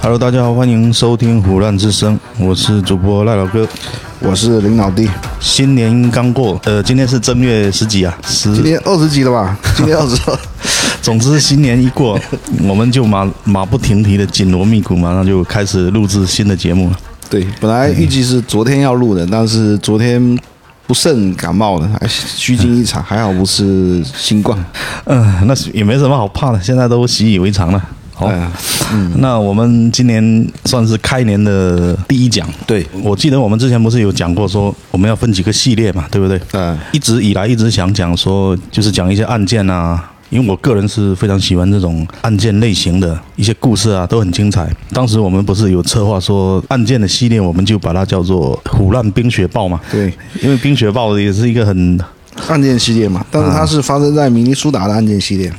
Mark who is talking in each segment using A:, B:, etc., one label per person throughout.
A: Hello，大家好，欢迎收听《虎烂之声》，我是主播赖老哥。
B: 我是林老弟，
A: 新年刚过，呃，今天是正月十几啊，
B: 今
A: 十。
B: 天二十集了吧？今天二十二，
A: 总之，新年一 过，我们就马马不停蹄的紧锣密鼓，马上就开始录制新的节目了。
B: 对，本来预计是昨天要录的，但是昨天不慎感冒了，还虚惊一场，还好不是新冠。
A: 嗯、那是也没什么好怕的，现在都习以为常了。好，
B: 哎呀
A: 那我们今年算是开年的第一讲。
B: 对，
A: 我记得我们之前不是有讲过说我们要分几个系列嘛，对不对？
B: 嗯，
A: 一直以来一直想讲说，就是讲一些案件啊，因为我个人是非常喜欢这种案件类型的一些故事啊，都很精彩。当时我们不是有策划说案件的系列，我们就把它叫做“虎烂冰雪暴”嘛，
B: 对，
A: 因为冰雪暴也是一个很
B: 案件系列嘛，但是它是发生在明尼苏达的案件系列。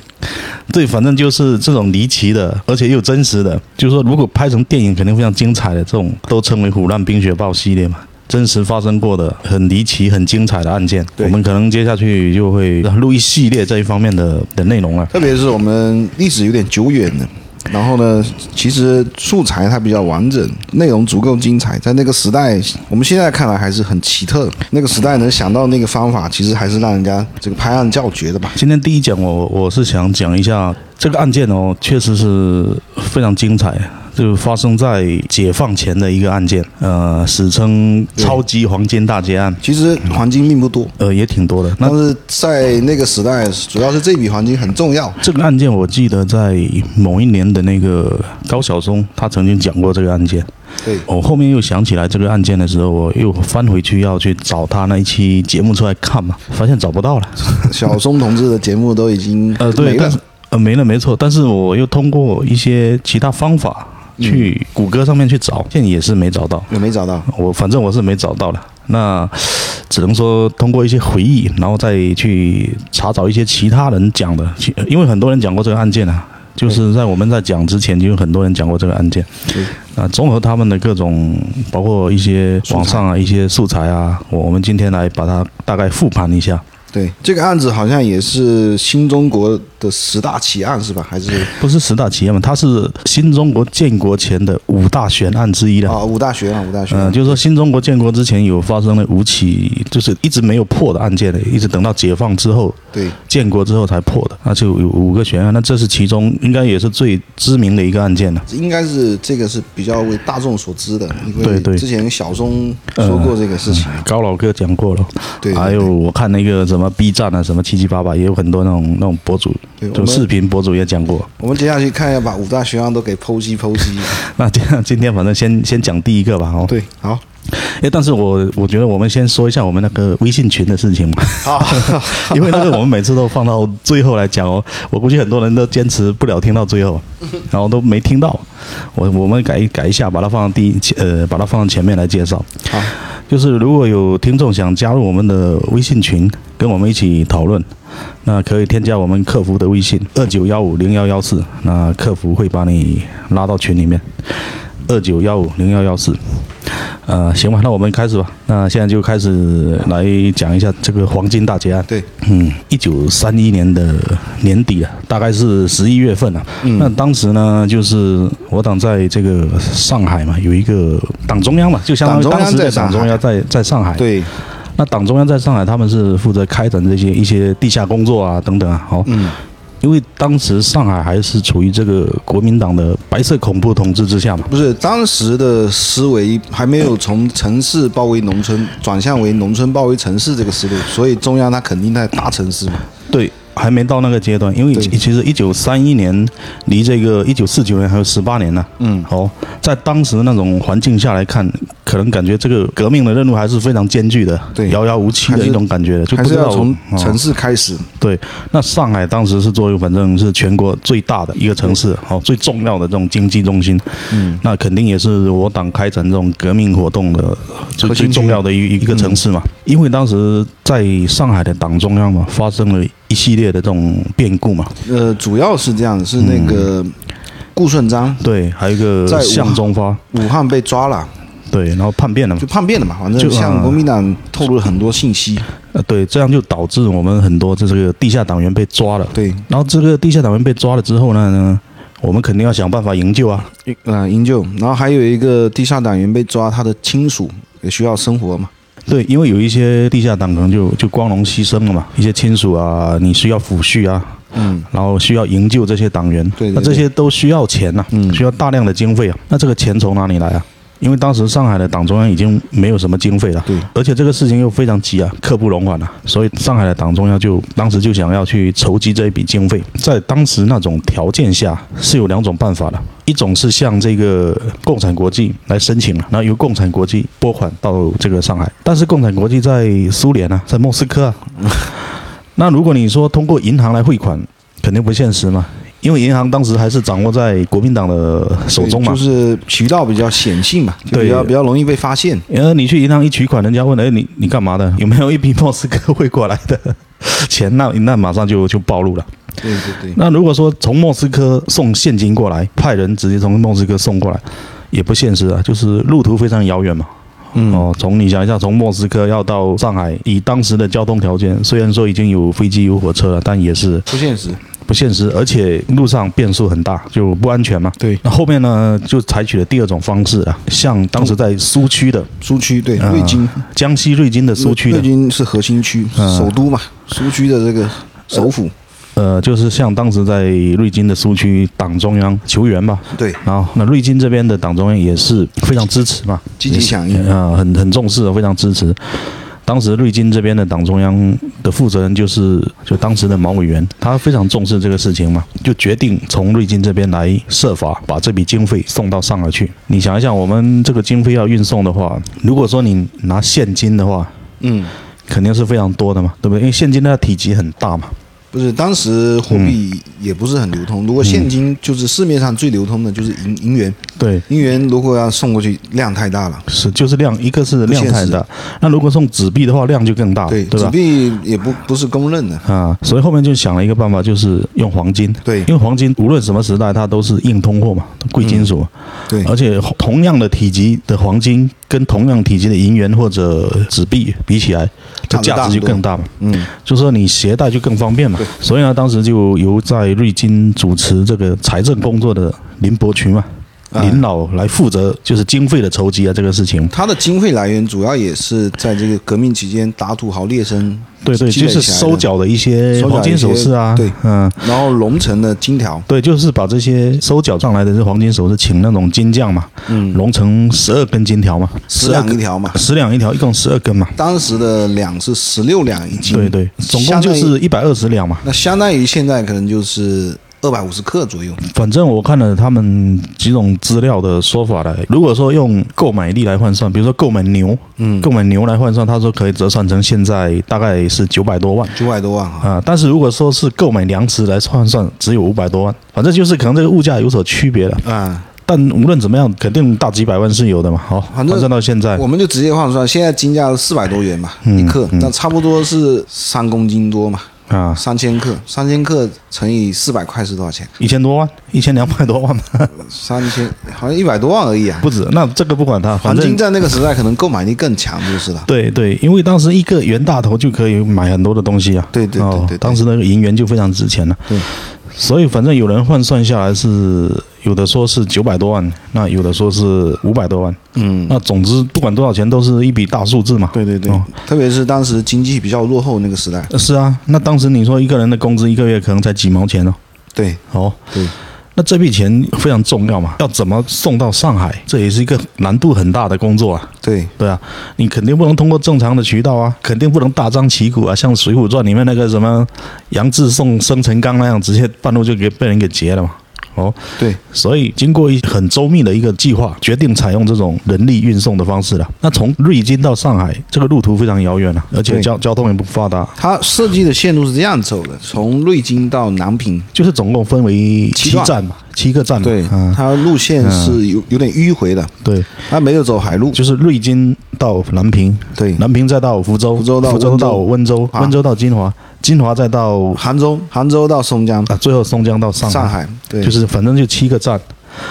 A: 对，反正就是这种离奇的，而且又真实的，就是说如果拍成电影，肯定非常精彩的。这种都称为“虎烂冰雪暴”系列嘛，真实发生过的很离奇、很精彩的案件。
B: 对
A: 我们可能接下去就会录一系列这一方面的的内容了。
B: 特别是我们历史有点久远的，然后呢，其实素材它比较完整，内容足够精彩，在那个时代，我们现在看来还是很奇特。那个时代能想到那个方法，其实还是让人家这个拍案叫绝的吧。
A: 今天第一讲我我是想讲一下这个案件哦，确实是非常精彩，就发生在解放前的一个案件，呃，史称“超级黄金大劫案
B: 其实黄金并不多，”，
A: 呃，也挺多的。那
B: 但是在那个时代，主要是这笔黄金很重要。
A: 这个案件我记得在某一年的那个高晓松，他曾经讲过这个案件。
B: 对，
A: 我后面又想起来这个案件的时候，我又翻回去要去找他那一期节目出来看嘛，发现找不到了。
B: 小松同志的节目都已经
A: 呃，对，
B: 没
A: 但
B: 了
A: 是呃没了没错，但是我又通过一些其他方法
B: 嗯
A: 去谷歌上面去找，现在也是没找到。
B: 也没找到。
A: 我反正我是没找到了，那只能说通过一些回忆，然后再去查找一些其他人讲的，其因为很多人讲过这个案件啊，就是在我们在讲之前，就有很多人讲过这个案件
B: 对。
A: 那综合他们的各种，包括一些网上啊、一些素材啊，我我们今天来把它大概复盘一下。
B: 对，这个案子好像也是新中国的十大奇案是吧？还是
A: 不是十大奇案嘛，它是新中国建国前的五大悬案之一了。
B: 啊五大学啊五大学
A: 嗯、就是说新中国建国之前有发生了五起，就是一直没有破的案件的，一直等到解放之后，
B: 对
A: 建国之后才破的，那就有五个悬案，那这是其中应该也是最知名的一个案件了。
B: 应该是这个是比较为大众所知的，因
A: 对
B: 为
A: 对嗯
B: 之前小松说过这个事情。
A: 高老哥讲过了，
B: 对，
A: 还有我看那个什么 B 站啊，什么七七八八，也有很多那种那种博主，
B: 对我
A: 就
B: 们
A: 视频博主也讲过。
B: 我们接下去看一下，把五大学案都给剖析剖析。
A: 那这样今天反正先先讲第一个吧，哦，
B: 对，好，
A: 哎，但是我我觉得我们先说一下我们那个微信群的事情吧。 因为那个我们每次都放到最后来讲哦，我估计很多人都坚持不了听到最后，然后都没听到。我我们改一改一下，把它放到第一呃，把它放到前面来介绍。
B: 好，
A: 就是如果有听众想加入我们的微信群，跟我们一起讨论，那可以添加我们客服的微信二九幺五零幺幺四，那客服会把你拉到群里面，二九幺五零幺幺四。呃，行吧，那我们开始吧。那现在就开始来讲一下这个黄金大劫案。
B: 对，
A: 嗯，一九三一年的年底啊，大概是十一月份啊。
B: 嗯
A: 那当时呢，就是我党在这个上海嘛，有一个党中央嘛，就相当于
B: 党中
A: 当
B: 央
A: 时的
B: 在上
A: 党中央在在上海。
B: 对，
A: 那党中央在上海，他们是负责开展这些一些地下工作啊等等啊。好，
B: 嗯，
A: 因为当时上海还是处于这个国民党的白色恐怖统治之下嘛。
B: 不是当时的思维还没有从城市包围农村转向为农村包围城市这个思路，所以中央它肯定在大城市嘛。
A: 对，还没到那个阶段，因为
B: 对
A: 其实一九三一年离这个一九四九年还有十八年呢、
B: 嗯，
A: 哦，在当时那种环境下来看，可能感觉这个革命的任务还是非常艰巨的，
B: 对
A: 遥遥无期的一种感觉的，就
B: 还
A: 不
B: 是
A: 知
B: 要
A: 道
B: 从
A: 哦
B: 城市开始。
A: 对，那上海当时是作为反正是全国最大的一个城市，好、最重要的这种经济中心，
B: 嗯，
A: 那肯定也是我党开展这种革命活动的最
B: 核
A: 最
B: 心嗯区
A: 重要的一一个城市嘛。因为当时在上海的党中央嘛，发生了一系列的这种变故嘛，
B: 呃，主要是这样，是那个
A: 嗯
B: 顾顺章，
A: 对，还有一个
B: 在武
A: 向忠发，
B: 武汉被抓了，
A: 对，然后叛变了嘛
B: 就，呃叛变了嘛，反
A: 就
B: 正
A: 啊
B: 向国民党透露了很多信息。
A: 呃，对，这样就导致我们很多这这个地下党员被抓了。
B: 对，
A: 然后这个地下党员被抓了之后呢，我们肯定要想办法营救啊。
B: 嗯，营救。然后还有一个地下党员被抓，他的亲属也需要生活嘛。
A: 对，因为有一些地下党可能就就光荣牺牲了嘛，一些亲属啊，你需要抚恤啊，
B: 嗯，
A: 然后需要营救这些党员，
B: 对对
A: 那这些都需要钱呐、啊
B: 嗯
A: 需要大量的经费啊。那这个钱从哪里来啊？因为当时上海的党中央已经没有什么经费了，
B: 对，
A: 而且这个事情又非常急啊，刻不容缓啊，所以上海的党中央就当时就想要去筹集这一笔经费。在当时那种条件下，是有两种办法的，一种是向这个共产国际来申请啊，然后由共产国际拨款到这个上海。但是共产国际在苏联啊，在莫斯科啊，那如果你说通过银行来汇款，肯定不现实嘛。因为银行当时还是掌握在国民党的手中嘛，
B: 就是渠道比较显性嘛，就
A: 对
B: 比较比较容易被发现。
A: 然呃后你去银行一取款，人家问：“哎，你你干嘛的？有没有一笔莫斯科汇过来的 钱？”那那马上就就暴露了。
B: 对对对，
A: 那如果说从莫斯科送现金过来，派人直接从莫斯科送过来，也不现实啊，就是路途非常遥远嘛。
B: 嗯，
A: 哦，从你想一下，从莫斯科要到上海，以当时的交通条件，虽然说已经有飞机有火车了，但也是
B: 不现实。
A: 不现实，而且路上变数很大，就不安全嘛。
B: 对，
A: 那后面呢，就采取了第二种方式啊，像当时在苏区的
B: 苏区对
A: 啊
B: 瑞金，
A: 江西瑞金的苏区
B: 瑞
A: 的
B: 瑞，金是核心区，
A: 嗯
B: 首都嘛，苏区的这个首府。
A: 呃，就是像当时在瑞金的苏区党中央求援吧，
B: 对，
A: 然后那瑞金这边的党中央也是非常支持嘛，
B: 积极响应
A: 也是啊，很很重视，非常支持。当时瑞金这边的党中央的负责人就是就当时的毛委员，他非常重视这个事情嘛，就决定从瑞金这边来设法把这笔经费送到上海去。你想一想，我们这个经费要运送的话，如果说你拿现金的话，
B: 嗯，
A: 肯定是非常多的嘛，对不对？因为现金它的体积很大嘛，
B: 不是当时货币也不是很流通，如果现金就是市面上最流通的就是银银元，
A: 对，
B: 银元如果要送过去量太大了，
A: 是，就是量，一个是
B: 不
A: 量
B: 现
A: 太
B: 实
A: 大，那如果送纸币的话，量就更大了，
B: 对，
A: 啊对
B: 纸
A: 吧？
B: 币也不不是公认的，
A: 啊，所以后面就想了一个办法，就是用黄金，
B: 对
A: 因为黄金无论什么时代，它都是硬通货嘛，贵金属嘛，
B: 嗯对，
A: 而且同样的体积的黄金跟同样体积的银元或者纸币比起来，这
B: 差得
A: 价
B: 大
A: 值
B: 很
A: 就
B: 多
A: 更大嘛。
B: 嗯，
A: 就说你携带就更方便嘛
B: 对。
A: 所以呢，当时就由在瑞金主持这个财政工作的林伯渠嘛，
B: 哎
A: 林老来负责就是经费的筹集啊这个事情。
B: 它的经费来源主要也是在这个革命期间打土豪劣绅，
A: 对对，
B: 积
A: 就
B: 累
A: 是
B: 起来
A: 收
B: 的
A: 缴的一些
B: 收缴
A: 黄金
B: 一些
A: 首饰啊，
B: 对，
A: 嗯。
B: 然后笼城的金条，
A: 对，就是把这些收缴上来的这黄金首饰，请那种金匠嘛，
B: 嗯，
A: 熔成十二根金条嘛，
B: 十
A: 12
B: 两一
A: 根，
B: 条嘛，
A: 十两一条，一共十二根嘛。
B: 当时的两是十六两一斤，
A: 对对，总共
B: 相
A: 就
B: 当于
A: 是一百二十两嘛。
B: 那相当于现在可能就是二百五十克左右，
A: 反正我看了他们几种资料的说法来，如果说用购买力来换算，比如说购买牛，
B: 嗯，
A: 购买牛来换算，他说可以折算成现在大概是九百多万。
B: 九百多万啊，
A: 啊，但是如果说是购买粮食来换算，只有五百多万，反正就是可能这个物价有所区别了。
B: 啊，
A: 但无论怎么样，肯定大几百万是有的嘛。好，换
B: 反正
A: 算到现在，
B: 我们就直接换算，现在金价是四百多元嘛，
A: 嗯
B: 一克，那差不多是三公斤多嘛，
A: 啊，
B: 三千克，三千克乘以四百块是多少钱？
A: 一千多万，一千两百多 万吧，
B: 三千好像一百多万而已啊。
A: 不止。那这个不管它，反
B: 黄金
A: 正
B: 在那个时代可能购买力更强就是了。
A: 对对，因为当时一个袁大头就可以买很多的东西啊。
B: 对对对对对
A: 哦，当时那个银元就非常值钱了。
B: 对，
A: 所以反正有人换算下来是有的说是九百多万，那有的说是五百多万，
B: 嗯，
A: 那总之不管多少钱都是一笔大数字嘛。
B: 对对对
A: 哦，
B: 特别是当时经济比较落后那个时代，
A: 呃是啊，那当时你说一个人的工资一个月可能才几毛钱哦。
B: 对
A: 哦，
B: 对，
A: 那这笔钱非常重要嘛，要怎么送到上海，这也是一个难度很大的工作啊。
B: 对
A: 对啊，你肯定不能通过正常的渠道啊，肯定不能大张旗鼓啊，像《水浒传》里面那个什么杨志送生辰纲那样，直接半路就给被人给劫了嘛。哦，
B: 对，
A: 所以经过一很周密的一个计划，决定采用这种人力运送的方式了。那从瑞金到上海，这个路途非常遥远啊，而且
B: 对
A: 交交通也不发达，
B: 它设计的线路是这样走的，从瑞金到南平，
A: 就是总共分为
B: 七
A: 七
B: 段
A: 站嘛，七个站嘛。
B: 对，
A: 啊，
B: 嗯它路线是有有点迂回的，
A: 对，
B: 它没有走海路，
A: 嗯就是瑞金到南平，
B: 对，
A: 南平再到福州，
B: 福州到
A: 福州
B: 温州
A: 到温州，
B: 啊
A: 温州到金华，金华再到
B: 杭州，杭州到松江，
A: 啊，最后松江到上海，
B: 上海，对，
A: 就是反正就七个站，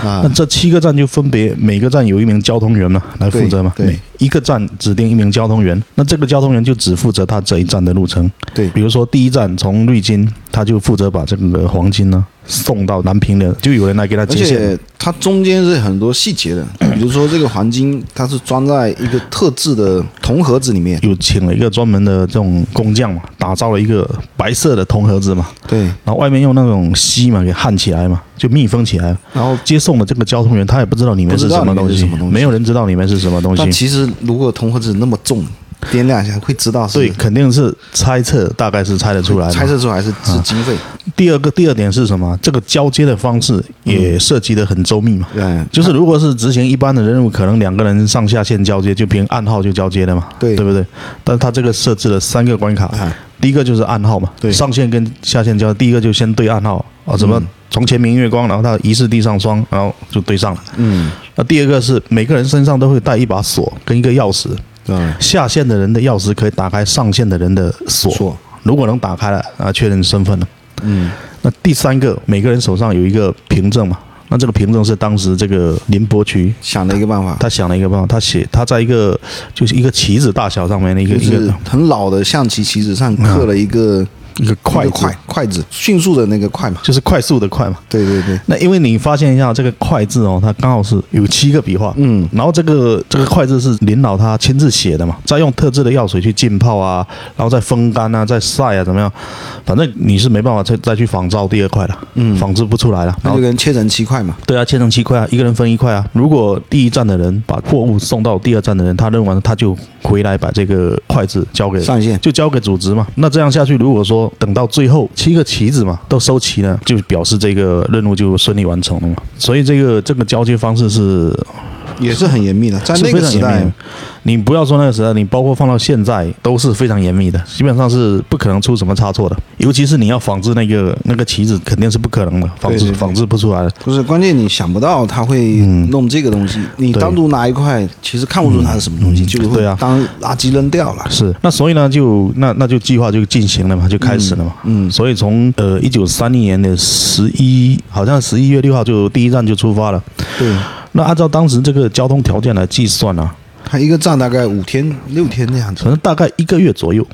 B: 啊
A: 那，这七个站就分别每个站有一名交通员嘛来负责嘛，
B: 对对
A: 每一个站指定一名交通员，那这个交通员就只负责他这一站的路程。
B: 对
A: 比如说第一站从瑞金，他就负责把这个黄金呢送到南平的，就有人来给他
B: 而
A: 接线。
B: 且它中间是很多细 节的，比如说这个黄金，它是装在一个特制的铜盒子里面。
A: 又请了一个专门的这种工匠嘛，打造了一个白色的铜盒子嘛，
B: 对，
A: 然后外面用那种锡嘛给焊起来嘛，就密封起来。
B: 然后
A: 接送的这个交通员他也不知道里面是什么东
B: 不知道里面是
A: 西
B: 什么东，西
A: 没有人知道里面是什么东
B: 但
A: 西。
B: 其实如果铜盒子那么重，掂量一下会知道是
A: 对，肯定是猜测，大概是猜得出来的。
B: 猜测出来是啊是经费。
A: 第二个第二点是什么？这个交接的方式也涉及的很周密嘛。
B: 嗯，
A: 就是如果是执行一般的任务，可能两个人上下线交接就凭暗号就交接了嘛，
B: 对
A: 对不对？但他这个设置了三个关卡，
B: 哎
A: 第一个就是暗号嘛，
B: 对
A: 上线跟下线交，第一个就先对暗号啊，怎么
B: 嗯
A: 床前明月光，然后他疑是地上霜，然后就对上了。
B: 嗯，
A: 那第二个是每个人身上都会带一把锁跟一个钥匙，
B: 对，
A: 下线的人的钥匙可以打开上线的人的锁，
B: 错，
A: 如果能打开了啊，确认身份了。
B: 嗯，
A: 那第三个，每个人手上有一个凭证嘛，那这个凭证是当时这个林伯渠
B: 想了一个办法，
A: 他想了一个办法，他写他在一个就是一个棋子大小上面的一个
B: 就
A: 一
B: 是
A: 个
B: 很老的象棋棋子上刻了一个
A: 一个
B: 一
A: 筷
B: 个
A: 子，
B: 筷筷子，迅速的那个筷嘛。
A: 就是快速的快嘛。
B: 对对对，
A: 那因为你发现一下这个快字哦，它刚好是有七个笔画，
B: 嗯，
A: 然后这个这个快字是林老他亲自写的嘛，再用特制的药水去浸泡啊，然后再风干啊，再晒啊，怎么样？反正你是没办法再再去仿造第二块了，嗯，仿制不出来了。然
B: 那
A: 后
B: 就跟切成七块嘛。
A: 对啊，切成七块啊，一个人分一块啊。如果第一站的人把货物送到第二站的人，他认完了他就回来把这个筷子交给
B: 上线
A: 就交给组织嘛。那这样下去，如果说等到最后七个棋子嘛都收齐了，就表示这个任务就顺利完成了嘛。所以这个这个交接方式是
B: 也是很严密的，在
A: 是
B: 啊那
A: 非
B: 个
A: 常
B: 时
A: 严密
B: 代
A: 的，。你不要说那个时代，你包括放到现在都是非常严密的，基本上是不可能出什么差错的。尤其是你要仿制那个那个棋子，肯定是不可能的，仿
B: 对
A: 制
B: 对对
A: 仿制不出来的。
B: 不是关键，你想不到他会弄这个东西。你
A: 嗯对
B: 单独拿一块，其实看不出它是什么东西，
A: 嗯
B: 就会
A: 对啊
B: 当垃圾扔掉了。
A: 是，那所以呢，就那那就计划就进行了嘛，就开始了嘛。
B: 嗯，
A: 所以从呃一九三零年的十一，好像十一月六号就第一站就出发了。
B: 对，
A: 那按照当时这个交通条件来计算啊，
B: 他一个站大概五天六天那样
A: 可
B: 子。
A: 能大概一个月左右，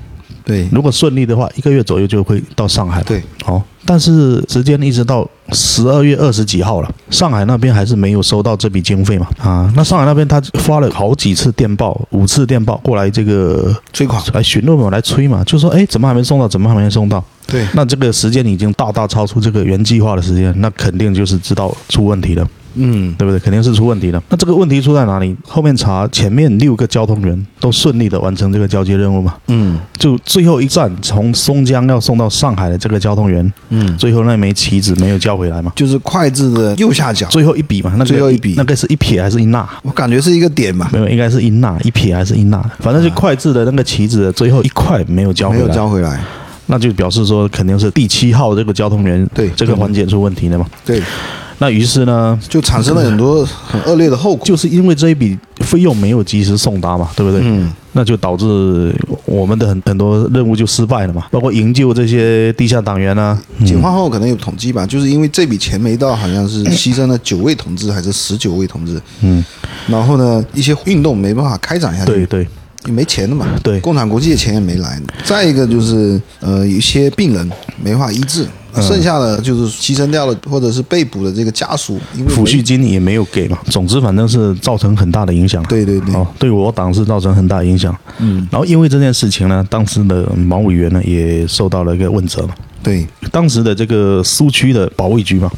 B: 对，
A: 如果顺利的话，一个月左右就会到上海。
B: 对，
A: 哦，但是时间一直到十二月二十几号了，上海那边还是没有收到这笔经费嘛。啊，那上海那边他发了好几次电报，五次电报过来这个
B: 追款。
A: 来询问嘛，来催嘛，就说哎，怎么还没送到？怎么还没送到？
B: 对，
A: 那这个时间已经大大超出这个原计划的时间，那肯定就是知道出问题了，
B: 嗯，
A: 对不对？肯定是出问题了。那这个问题出在哪里？后面查前面六个交通员都顺利的完成这个交接任务嘛，
B: 嗯
A: 就最后一站从松江要送到上海的这个交通员，
B: 嗯，
A: 最后那枚棋子没有交回来嘛，
B: 就是筷子的右下角，
A: 最后一笔嘛，那个
B: 最后一笔
A: 那个是一撇还是一捺？
B: 我感觉是一个点吧，
A: 没有，应该是一捺，一撇还是一捺？反正就快字的那个棋子的最后一块没有交
B: 没
A: 回
B: 有
A: 来，
B: 交回来。
A: 那就表示说肯定是第七号这个交通员
B: 对
A: 这个环节出问题了嘛。
B: 对，
A: 那于是呢，
B: 就产生了很多很恶劣的后果。
A: 就是因为这一笔费用没有及时送达嘛，对不对？
B: 嗯，
A: 那就导致我们的很很多任务就失败了嘛，包括营救这些地下党员啊。
B: 解放后可能有统计吧，就是因为这笔钱没到，好像是牺牲了九位同志还是十九位同志。
A: 哎嗯，
B: 然后呢，一些运动没办法开展下去，
A: 对对
B: 也没钱了嘛。
A: 对
B: 共产国际的钱也没来。再一个就是，呃，有一些病人没法医治，
A: 嗯
B: 剩下的就是牺牲掉了或者是被捕的这个家属，因为
A: 抚恤
B: 没。
A: 金也没有给嘛，总之反正是造成很大的影响。
B: 对对对，
A: 哦，对我党是造成很大影响。
B: 嗯，
A: 然后因为这件事情呢，当时的毛委员呢也受到了一个问责嘛。
B: 对，
A: 当时的这个苏区的保卫局嘛，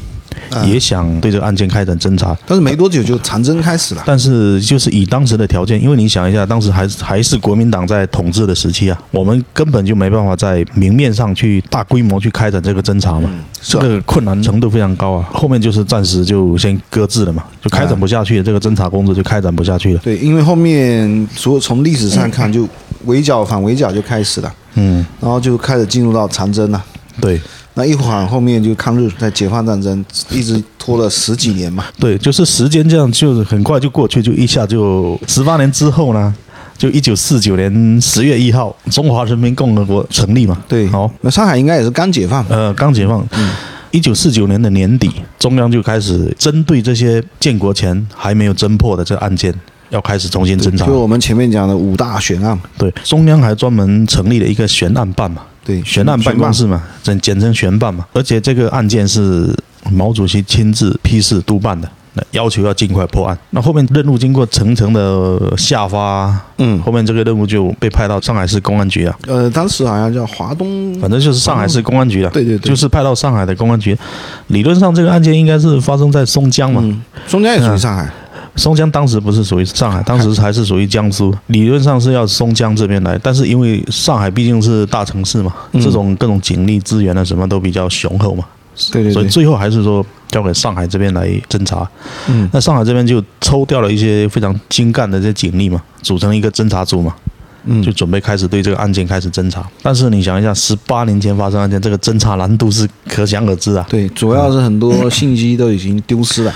B: 啊
A: 也想对这个案件开展侦查，
B: 但是没多久就长征开始了。
A: 但是就是以当时的条件，因为你想一下，当时还是还是国民党在统治的时期啊，我们根本就没办法在明面上去大规模去开展这个侦查嘛，
B: 是
A: 这
B: 啊嗯
A: 个困难程度非常高啊。后面就是暂时就先搁置了嘛，就开展不下去，这个侦查工作就开展不下去了。
B: 对，因为后面所有从历史上看，就围剿反围剿就开始了，
A: 嗯，
B: 然后就开始进入到长征了。
A: 对
B: 那一晃后面就抗日，在解放战争一直拖了十几年嘛。
A: 对，就是时间这样，就是很快就过去，就一下就十八年之后呢。就一九四九年十月一号，中华人民共和国成立嘛？
B: 对，
A: 好、
B: 那上海应该也是刚解放，
A: 呃，刚解放，一九四九年的年底，中央就开始针对这些建国前还没有侦破的这案件，啊要开始重新侦查
B: 就。我们前面讲的五大悬案，
A: 对，中央还专门成立了一个悬案办嘛，
B: 对，
A: 悬案办公室嘛，简简称悬办嘛。而且这个案件是毛主席亲自批示督办的，那要求要尽快破案。那后面任务经过层层的下发，
B: 嗯，
A: 后面这个任务就被派到上海市公安局了，
B: 呃，当时好像叫华东，
A: 反正就是上海市公安局了。啊
B: 对对
A: 就
B: 对，
A: 是是派到上海的公安局，理论上这个案件应该是发生在松江嘛，
B: 嗯，松江也属于上
A: 啊
B: 海，
A: 松江当时不是属于上海，当时还是属于江
B: 嗯
A: 苏，理论上是要松江这边来，但是因为上海毕竟是大城市嘛，
B: 嗯
A: 这种各种警力资源啊什么都比较雄厚嘛，
B: 对对
A: 所以
B: 对，
A: 最后还是说交给上海这边来侦查。
B: 嗯
A: 那上海这边就抽调了一些非常精干的这些警力嘛，组成一个侦查组嘛，
B: 嗯，
A: 就准备开始对这个案件开始侦查。但是你想一下，十八年前发生案件，这个侦查难度是可想而知啊。
B: 对，主要是很多信息都已经丢失了，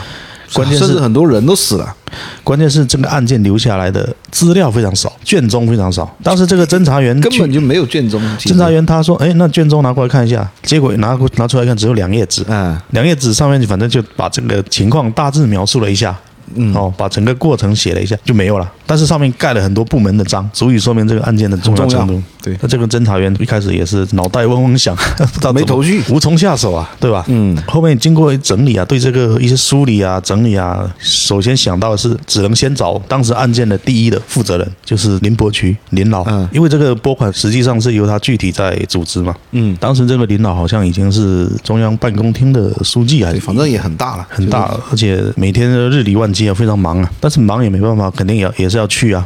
A: 关键是
B: 甚至很多人都死了，
A: 关键是这个案件留下来的资料非常少，卷宗非常少。当时这个侦查员
B: 根
A: 去
B: 本就没有卷宗。其实
A: 侦查，员他说：“哎，那卷宗拿过来看一下。”结果拿过拿出来看，只有两页纸，
B: 嗯
A: 两页纸上面反正就把整个情况大致描述了一下，
B: 嗯，
A: 哦，把整个过程写了一下就没有了。但是上面盖了很多部门的章，足以说明这个案件的重要
B: 很重要
A: 程度。
B: 对，
A: 那这个侦查员一开始也是脑袋嗡嗡响， 不知道怎么
B: 没头绪，
A: 无从下手啊，对吧？
B: 嗯，
A: 后面经过整理啊，对这个一些梳理啊、整理啊，首先想到的是只能先找当时案件的第一的负责人，就是林伯渠林老，
B: 嗯
A: 因为这个拨款实际上是由他具体在组织嘛。
B: 嗯，
A: 当时这个林老好像已经是中央办公厅的书记还
B: 对，
A: 是
B: 反正也很大了，
A: 很大，而且每天日理万机啊，非常忙啊。但是忙也没办法，肯定也也是要去啊。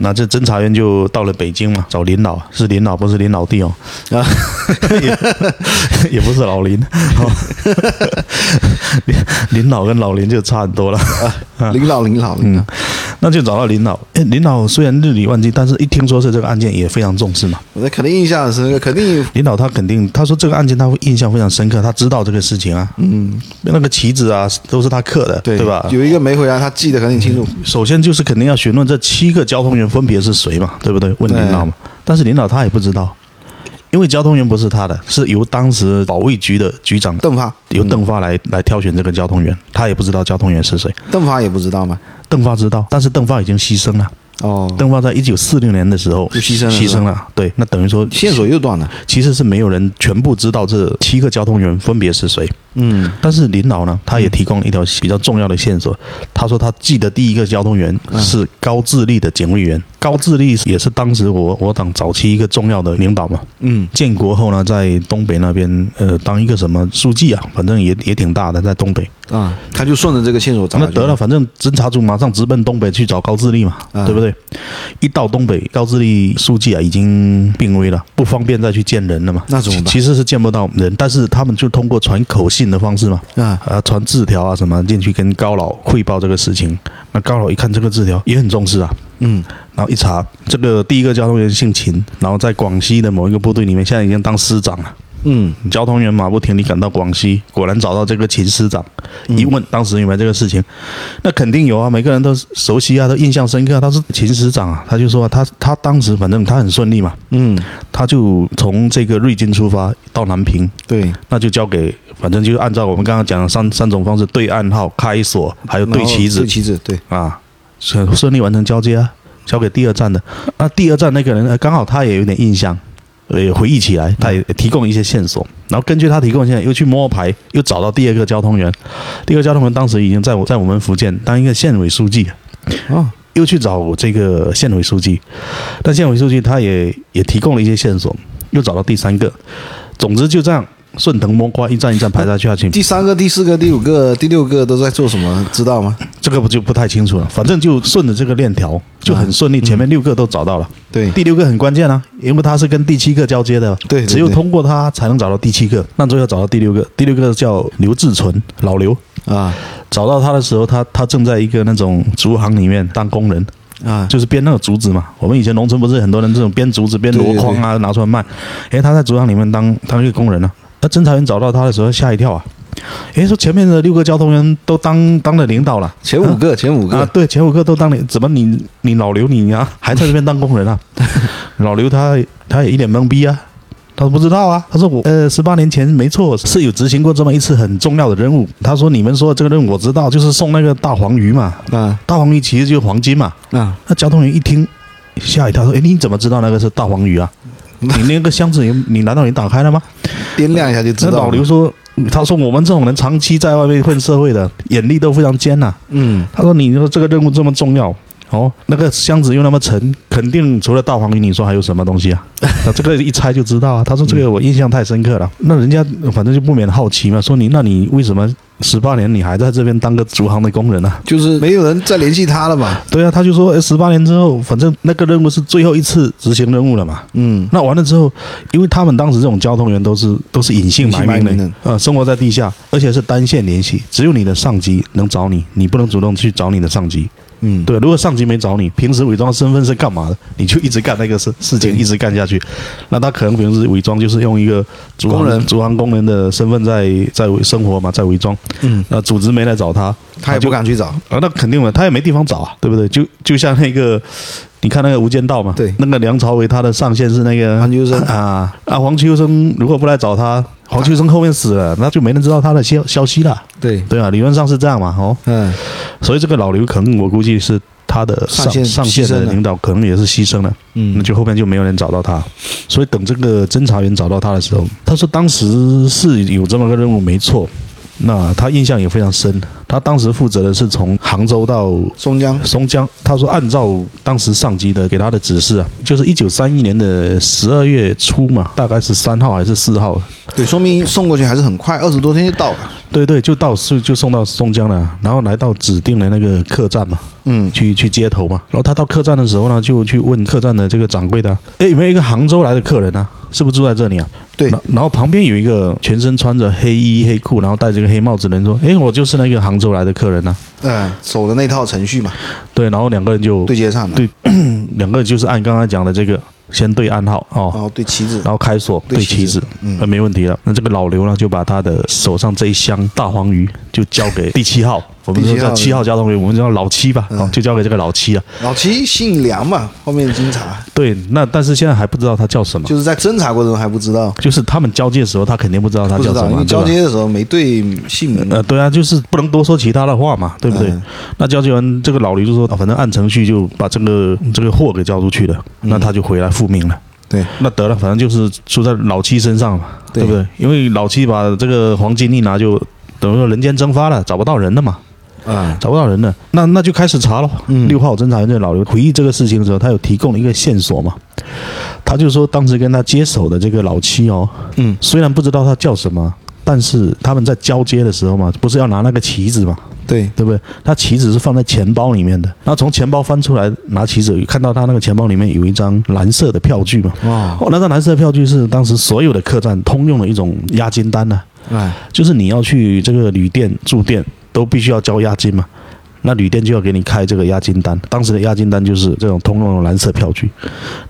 A: 那这侦查员就到了北京嘛，找林老，是林老，不是林老弟哦，
B: 啊，
A: 也也不是老林， 哦、林林老跟老林就差很多了。
B: 就是啊领导领导领导，
A: 嗯那就找到林老，哎，林老虽然日理万机，但是一听说是这个案件也非常重视嘛。
B: 我那肯定印象很深刻，肯定
A: 领导他肯定，他说这个案件他会印象非常深刻，他知道这个事情啊，
B: 嗯，
A: 那个棋子啊都是他刻的，
B: 对嗯
A: 对吧？
B: 有一个没回来，他记得很挺清楚，
A: 首先就是肯定要询问这七个交通员分别是谁嘛，对不对？问领导嘛，但是领导他也不知道，因为交通员不是他的，是由当时保卫局的局长
B: 邓发，
A: 由邓发来来挑选这个交通员，他也不知道交通员是谁。
B: 邓发也不知道嘛，
A: 邓发知道，但是邓发已经牺牲了。
B: 哦，
A: 邓发在一九四六年的时候
B: 就牺牲了
A: 牺牲了。对，那等于说
B: 线索又断了，
A: 其实是没有人全部知道这七个交通员分别是谁。
B: 嗯，
A: 但是林老呢，他也提供了一条比较重要的线索。他说他记得第一个交通员
B: 嗯
A: 是高智力的警卫员，高智力也是当时我我党早期一个重要的领导嘛。
B: 嗯
A: 建国后呢，在东北那边呃当一个什么书记啊，反正也也挺大的，在东北。
B: 啊，他就顺着这个线索找，
A: 那得了，，反正侦查组马上直奔东北去找高智力嘛，
B: 嗯
A: 对不对？一到东北，高智力书记啊已经病危了，不方便再去见人了嘛。
B: 那怎么办
A: 其其实是见不到人，但是他们就通过传口信的方式嘛，
B: 啊，
A: 啊，传字条啊什么进去跟高老汇报这个事情。那高老一看这个字条也很重视啊，
B: 嗯，
A: 然后一查，这个第一个交通员姓秦，然后在广西的某一个部队里面，现在已经当师长了。
B: 嗯，
A: 交通员马不停地赶到广西，果然找到这个秦师长，一问当时有没有这个事情，那肯定有啊，每个人都熟悉啊，都印象深刻、啊。他是秦师长啊，他就说、啊、他他当时反正他很顺利嘛，
B: 嗯，
A: 他就从这个瑞金出发到南平，
B: 对，
A: 那就交给，反正就按照我们刚刚讲的三三种方式，对暗号、开锁，还有对棋
B: 棋
A: 子
B: 对棋子，对，
A: 啊，顺顺利完成交接啊，交给第二站的。那第二站那个人呃刚好他也有点印象，呃也回忆起
B: 嗯
A: 来，他也提供一些线索，然后根据他提供的线索又去摸排，又找到第二个交通员，第二个交通员当时已经在我在我们福建当一个县委书记，啊
B: 哦，
A: 又去找这个县委书记，但县委书记他也也提供了一些线索，又找到第三个，总之就这样顺藤摸瓜，一站一站排下去下去，
B: 第三个、第四个、第五个、第六个都在做什么，知道吗？
A: 这个不就不太清楚了。反正就顺着这个链条就很顺利，前面六个都找到了，
B: 对，
A: 第六个很关键啊，因为它是跟第七个交接的，
B: 对对
A: 只有
B: 对
A: 通过它才能找到第七个，那最后找到第六个，第六个叫刘志存，老刘。
B: 啊
A: 找到他的时候，他他正在一个那种竹行里面当工人，
B: 啊，
A: 就是编那个竹子嘛。我们以前农村不是很多人这种编竹子、编箩筐啊，拿出来卖。诶，他在竹行里面当当一个工人啊。那侦查员找到他的时候吓一跳啊！诶，说前面的六个交通员都当当了领导了
B: 前五个，前五
A: 啊
B: 个，，
A: 对，前五个都当领，怎么你你老刘你呀、还在这边当工人啊？老刘他他也一脸懵逼啊，他说不知道啊，他说我呃十八年前没错是有执行过这么一次很重要的任务。他说你们说的这个任务我知道，就是送那个大黄鱼嘛，
B: 啊
A: 大黄鱼其实就是黄金嘛。
B: 啊，
A: 那交通员一听吓一跳，说：“哎，你怎么知道那个是大黄 鱼啊？你那个箱子你你难道你打开了吗
B: 掂量一下就？”知
A: 那
B: 道
A: 老刘
B: 了。
A: 说：“他说我们这种人长期在外面混社会的，眼力都非常尖呐、
B: 嗯，
A: 他说：“你说这个任务这么重要，哦，那个箱子又那么沉，肯定除了大黄鱼，你说还有什么东西 啊？”那这个一猜就知道啊。他说：“这个我印象太深刻了。”那人家反正就不免好奇嘛，说你那你为什么十八年你还在这边当个竹行的工人呢、啊？
B: 就是没有人再联系他了嘛。
A: 对啊，他就说十八年之后，反正那个任务是最后一次执行任务了嘛。
B: 嗯，
A: 那完了之后，因为他们当时这种交通员都是都是隐姓埋
B: 隐
A: 名
B: 姓埋
A: 的，
B: 名
A: 呃，生活在地下，而且是单线联系，只有你的上级能找你，你不能主动去找你的上级。
B: 嗯，
A: 对，如果上级没找你，平时伪装身份是干嘛的？你就一直干那个事事情，
B: 对
A: 一直干下去。那他可能平时伪装就是用一个竹行
B: 工人
A: 竹行工人的身份在在伪生活嘛，在伪装。
B: 嗯，
A: 呃，组织没来找他，
B: 他也不敢去找。
A: 啊，那肯定了，他也没地方找啊，对不对？就就像那个，你看那个《无间道》嘛，
B: 对
A: 那个梁朝伟他的上线是那个
B: 黄秋生
A: 啊啊，黄秋生如果不来找他，黄秋生后面死了，那就没人知道他的消消息了，
B: 对，
A: 对啊，理论上是这样嘛，哦，
B: 嗯，
A: 所以这个老刘可能我估计是他的上
B: 上线
A: 上
B: 牺
A: 线
B: 牲
A: 的
B: 了
A: 领导可能也是牺牲了。
B: 嗯
A: 那就后面就没有人找到他，所以等这个侦查员找到他的时候，他说当时是有这么个任务没错，那他印象也非常深，他当时负责的是从杭州到
B: 松江，
A: 松江，他说按照当时上级的给他的指示啊，就是一九三一年的十二月初嘛，大概是三号还是四号，
B: 对，说明送过去还是很快，二十多天就到了。
A: 对对，就到是就送到松江了，然后来到指定的那个客栈嘛，
B: 嗯
A: 去去接头嘛。然后他到客栈的时候呢，就去问客栈的这个掌柜的啊，哎，有没有一个杭州来的客人啊？是不是住在这里啊？
B: 对
A: 然然后旁边有一个全身穿着黑衣黑裤，然后戴着个黑帽子的人说，哎，我就是那个杭州来的客人呐、
B: 嗯，走的那套程序嘛，
A: 对，然后两个人就
B: 对接上了。
A: 对两个人就是按刚才讲的这个，先对暗号哦。
B: 然后对棋子，
A: 然后开锁对
B: 对
A: 棋
B: 棋子
A: 子，
B: 嗯
A: 那没问题了。那这个老刘呢，就把他的手上这一箱大黄鱼就交给第七号，我们说
B: 第七
A: 叫
B: 号嗯
A: 七号交通员，我们叫老七吧，哦，就交给这个老七啊。
B: 老七姓梁嘛，后面经查，
A: 对，那但是现在还不知道他叫什么，
B: 就是在侦查过程中还不知道，
A: 就是他们交接的时候，他肯定不知道他
B: 不知
A: 叫
B: 道，
A: 什
B: 因
A: 么
B: 为，
A: 对
B: 交
A: 吧？
B: 接的时候没对姓名。
A: 呃，对啊，就是不能多说其他的话嘛，对不对？
B: 嗯
A: 那交接完，这个老刘就说，啊反正按程序就把这个这个货给交出去了，
B: 嗯
A: 那他就回来复命了。
B: 对，
A: 那得了，反正就是出在老七身上嘛，对
B: 对
A: 不对？因为老七把这个黄金一拿就。等于说人间蒸发了，找不到人了嘛，
B: 啊，
A: 找不到人了，那那就开始查了。
B: 嗯
A: 六号侦查员这个老刘回忆这个事情的时候，他有提供了一个线索嘛，他就说当时跟他接手的这个老七哦，
B: 嗯，
A: 虽然不知道他叫什么，但是他们在交接的时候嘛，不是要拿那个旗子嘛，
B: 对，
A: 对不对？他旗子是放在钱包里面的，然后从钱包翻出来拿旗子，看到他那个钱包里面有一张蓝色的票据嘛。
B: 哦，
A: 哦，那张蓝色的票据是当时所有的客栈通用的一种押金单呢、
B: 哎，
A: 就是你要去这个旅店住店都必须要交押金嘛。那旅店就要给你开这个押金单，当时的押金单就是这种通用的蓝色票据，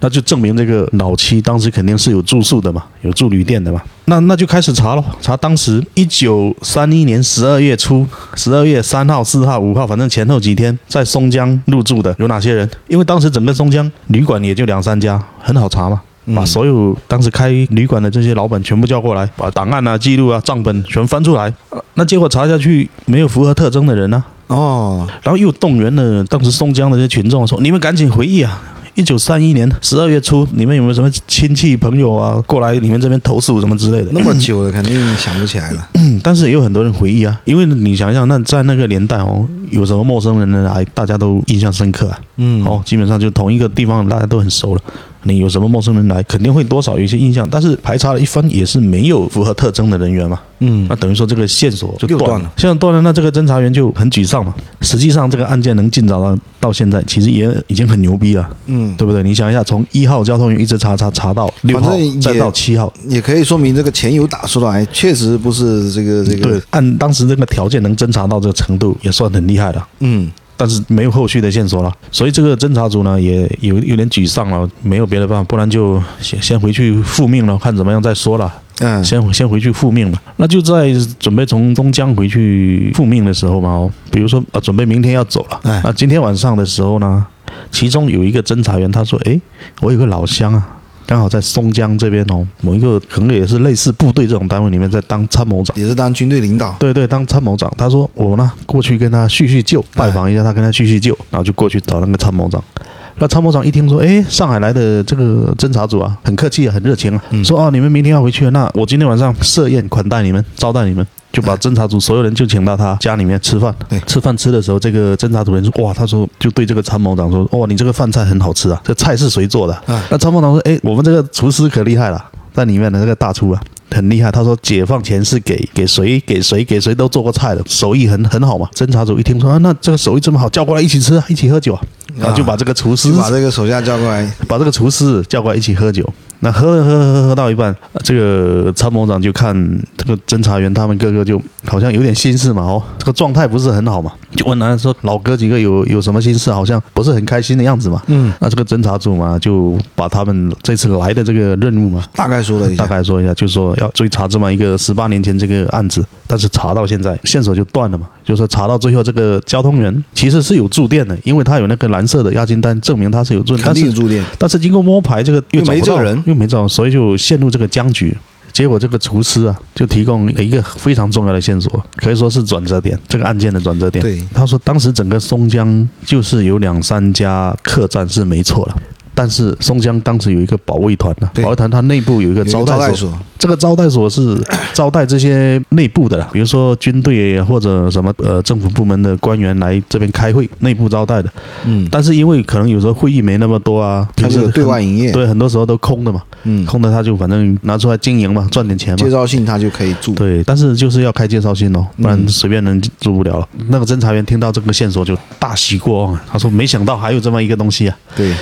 A: 那就证明这个老七当时肯定是有住宿的嘛，有住旅店的嘛。那那就开始查咯，查当时一九三一年十二月初，十二月三号、四号、五号，反正前后几天在松江入住的有哪些人？因为当时整个松江旅馆也就两三家，很好查嘛。把所有当时开旅馆的这些老板全部叫过来，把档案啊、记录啊、账本全翻出来。呃那结果查下去，没有符合特征的人呢、啊
B: 哦，
A: 然后又动员了当时松江的这些群众说：“你们赶紧回忆啊！一九三一年十二月初，你们有没有什么亲戚朋友啊过来你们这边投诉什么之类的？”
B: 那么久了，肯定想不起来了。
A: 嗯但是也有很多人回忆啊，因为你想一想，那在那个年代哦，有什么陌生人呢来，大家都印象深刻啊。
B: 嗯
A: 哦，基本上就同一个地方，大家都很熟了。你有什么陌生人来，肯定会多少有一些印象，但是排查了一番也是没有符合特征的人员嘛。
B: 嗯
A: 那等于说这个线索就
B: 又
A: 断
B: 断
A: 了
B: 了，
A: 线索断了，那这个侦查员就很沮丧嘛。实际上这个案件能进展到到现在，其实也已经很牛逼了，
B: 嗯，
A: 对不对？你想一下，从一号交通员一直查查查到六号
B: 反正，也
A: 再到七号，
B: 也可以说明这个钱有打出来，确实不是这个这
A: 对
B: 个，，
A: 按当时这个条件能侦查到这个程度，也算很厉害了。
B: 嗯，
A: 但是没有后续的线索了，所以这个侦查组呢也有有点沮丧了，没有别的办法，不然就先先回去复命了，看怎么样再说了。
B: 嗯，
A: 先先回去复命了。那就在准备从东江回去复命的时候嘛，哦，比如说啊，准备明天要走了，
B: 哎
A: 那今天晚上的时候呢，其中有一个侦查员他说，诶，我有个老乡啊，刚好在松江这边哦，某一个可能也是类似部队这种单位里面在当参谋长。
B: 也是当军队领导。
A: 对对，当参谋长，他说我呢过去跟他叙叙旧，拜访一下他，跟他叙叙旧，然后就过去找那个参谋长。那参谋长一听说，哎，上海来的这个侦察组啊，很客气啊，很热情啊，说哦，你们明天要回去了，那我今天晚上设宴款待你们，招待你们，就把侦察组所有人就请到他家里面吃饭
B: 对。
A: 吃饭吃的时候，这个侦察组人说，哇，他说就对这个参谋长说，哇，你这个饭菜很好吃啊，这菜是谁做的啊？那参谋长说，哎，我们这个厨师可厉害了，在里面的那个大厨啊，很厉害。他说解放前是给给谁给谁给谁都做过菜的，手艺很很好嘛。侦察组一听说啊，那这个手艺这么好，叫过来一起吃，啊，一起喝酒啊，然后就把这个厨师
B: 就把这个手下叫过来，
A: 把这个厨师叫过来一起喝酒。那喝喝喝喝喝到一半，呃这个参谋长就看这个侦查员他们个个就好像有点心事嘛，哦，这个状态不是很好嘛，就问他说老哥几个有有什么心事，好像不是很开心的样子嘛。嗯，那这个侦查组嘛，就把他们这次来的这个任务嘛，
B: 大概说了一
A: 大
B: 下，
A: 概说一下，就说要追查这么一个十八年前这个案子，但是查到现在线索就断了嘛，就说查到最后这个交通员其实是有住店的，因为他有那个蓝色的押金单证明他是有住，
B: 肯
A: 但
B: 定
A: 是
B: 是驻店。
A: 但是经过摸排，这个又
B: 又没
A: 找不到
B: 这人
A: 又没找，所以就陷入这个僵局。结果这个厨师啊，就提供了一个非常重要的线索，可以说是转折点，这个案件的转折点。
B: 对
A: 他说当时整个松江就是有两三家客栈是没错了。但是松江当时有一个保卫团呢、
B: 对
A: 保卫团它内部有一个
B: 有一个
A: 招
B: 招
A: 待
B: 待
A: 所
B: 所，
A: 这个招待所 是招待这些内部的啦，比如说军队或者什么呃政府部门的官员来这边开会，内部招待的。
B: 嗯，
A: 但是因为可能有时候会议没那么多啊，
B: 他
A: 平
B: 就
A: 时
B: 有对
A: 很
B: 外营业，
A: 对，很多时候都空的嘛，
B: 嗯，
A: 空的他就反正拿出来经营嘛，赚点钱嘛
B: 介。绍信他就可以驻。
A: 对，但是就是要开介绍信哦，不然随便人做不了了。那个侦查员听到这个线索就大喜过望，啊他说：“没想到还有这么一个东西啊！”
B: 对，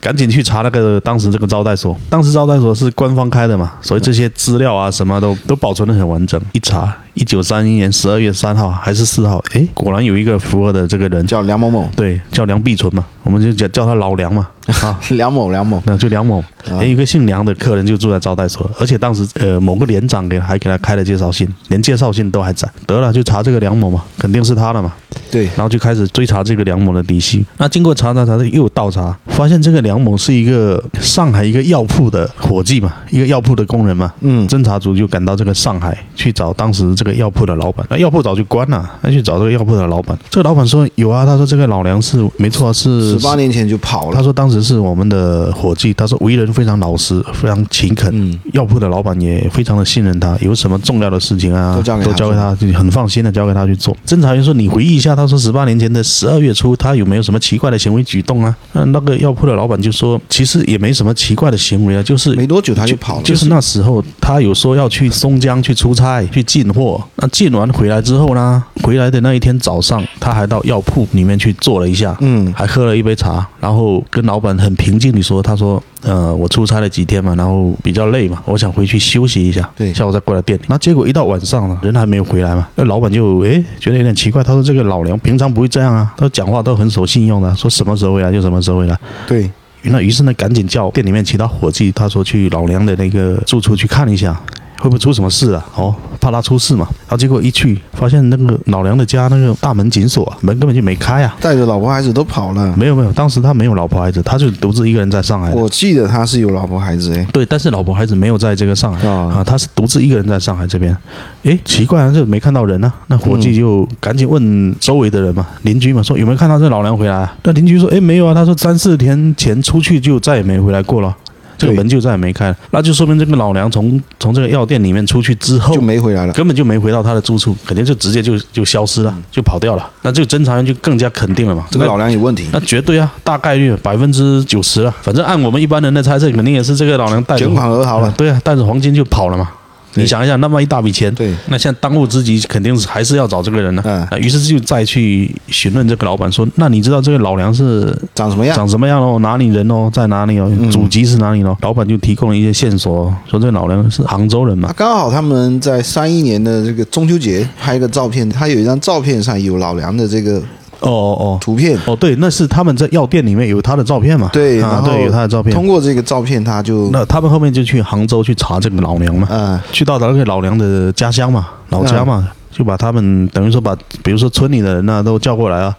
A: 赶紧去查那个当时这个招待所，当时招待所是官方开的嘛，所以这些资料啊什么都都保存的很完整。一查，一九三一年十二月三号还是四号，诶，果然有一个符合的这个人，
B: 叫梁某某，
A: 对，叫梁必存嘛，我们就叫叫他老梁嘛，啊，
B: 梁某梁某，
A: 那就梁某，哎，有一个姓梁的客人就住在招待所，而且当时呃某个连长给还给他开了介绍信，连介绍信都还在。得了，就查这个梁某嘛，肯定是他了嘛。
B: 对，
A: 然后就开始追查这个梁某的底细。那经过查查查，又倒查，发现这个梁某是一个上海一个药铺的伙计嘛，一个药铺的工人嘛。
B: 嗯，
A: 侦查组就赶到这个上海去找当时这个药铺的老板，那药铺早就关了，那去找这个药铺的老板。这个老板说有啊，他说这个老梁是没错啊，是
B: 十八年前就跑
A: 他
B: 了，
A: 说当时是我们的伙计，他说为人非常老实，非常勤恳，
B: 嗯
A: 药铺的老板也非常的信任他，有什么重要的事情啊，
B: 都交给他
A: 都交给他，就很放心的交给他去做。侦查员说：“你回忆一下，他说十八年前的十二月初，他有没有什么奇怪的行为举动啊？”那那个药铺的老板就说：“其实也没什么奇怪的行为啊，就是
B: 没多久他就跑了，
A: 就是那时候，他有说要去松江去出差，去进货。那进完回来之后呢，回来的那一天早上，他还到药铺里面去坐了一下，
B: 嗯
A: 还喝了一杯茶，然后跟老板很平静地说：“他说，呃，我出差了几天嘛，然后比较累嘛，我想回去休息一下，
B: 对
A: 下午再过来店里。”那结果一到晚上了，人还没有回来嘛，那老板就诶觉得有点奇怪，他说：“这个老梁平常不会这样啊，他讲话都很守信用的，说什么时候回来就什么时候回来。”
B: 对，
A: 那于是呢，赶紧叫店里面其他伙计，他说去老梁的那个住处去看一下，会不会出什么事啊？哦，怕他出事嘛。然后结果一去，发现那个老梁的家那个大门紧锁啊，门根本就没开啊。
B: 带着老婆孩子都跑了。
A: 没有没有，当时他没有老婆孩子，他就独自一个人在上海。
B: 我记得他是有老婆孩子哎，
A: 对，但是老婆孩子没有在这个上海
B: 啊
A: 啊，他是独自一个人在上海这边。诶，奇怪啊，这没看到人啊。那伙计就赶紧问周围的人嘛，邻居嘛，说有没有看到这老梁回来、啊？那邻居说，诶，没有啊。他说三四天前出去就再也没回来过了。这个
B: 对
A: 门就再也没开了，那就说明这个老梁从从这个药店里面出去之后
B: 就，没回来了。
A: 根本就没回到他的住处，肯定就直接就就消失了，就跑掉了。那这个侦查员就更加肯定了嘛，
B: 嗯这个
A: 那
B: 老梁有问题，
A: 那绝对啊，大概率百分之九十了。反正按我们一般人的猜测，肯定也是这个老娘带着
B: 卷款而逃了。
A: 对啊，带着黄金就跑了嘛。
B: 对
A: 你想一想，那么一大笔钱，
B: 对，
A: 那现在当务之急肯定是还是要找这个人呢、
B: 嗯
A: 啊。于是就再去询问这个老板说：“那你知道这个老梁是
B: 长什么样？
A: 长什么样哦？哪里人哦？在哪里哦？
B: 嗯
A: 祖籍是哪里哦？”老板就提供了一些线索，说这个老梁是杭州人嘛
B: 啊，。刚好他们在三一年的这个中秋节拍一个照片，他有一张照片上有老梁的这个
A: 哦哦哦。
B: 图片，
A: 哦，对，那是他们在药店里面有他的照片嘛？
B: 对，
A: 啊
B: 然，后
A: 对，有他的照片。
B: 通过这个照片，他就
A: 那他们后面就去杭州去查这个老娘嘛。
B: 嗯
A: 去到达那个老梁的家乡嘛，老家嘛，就把他们等于说把，比如说村里的人呐、都叫过来啊，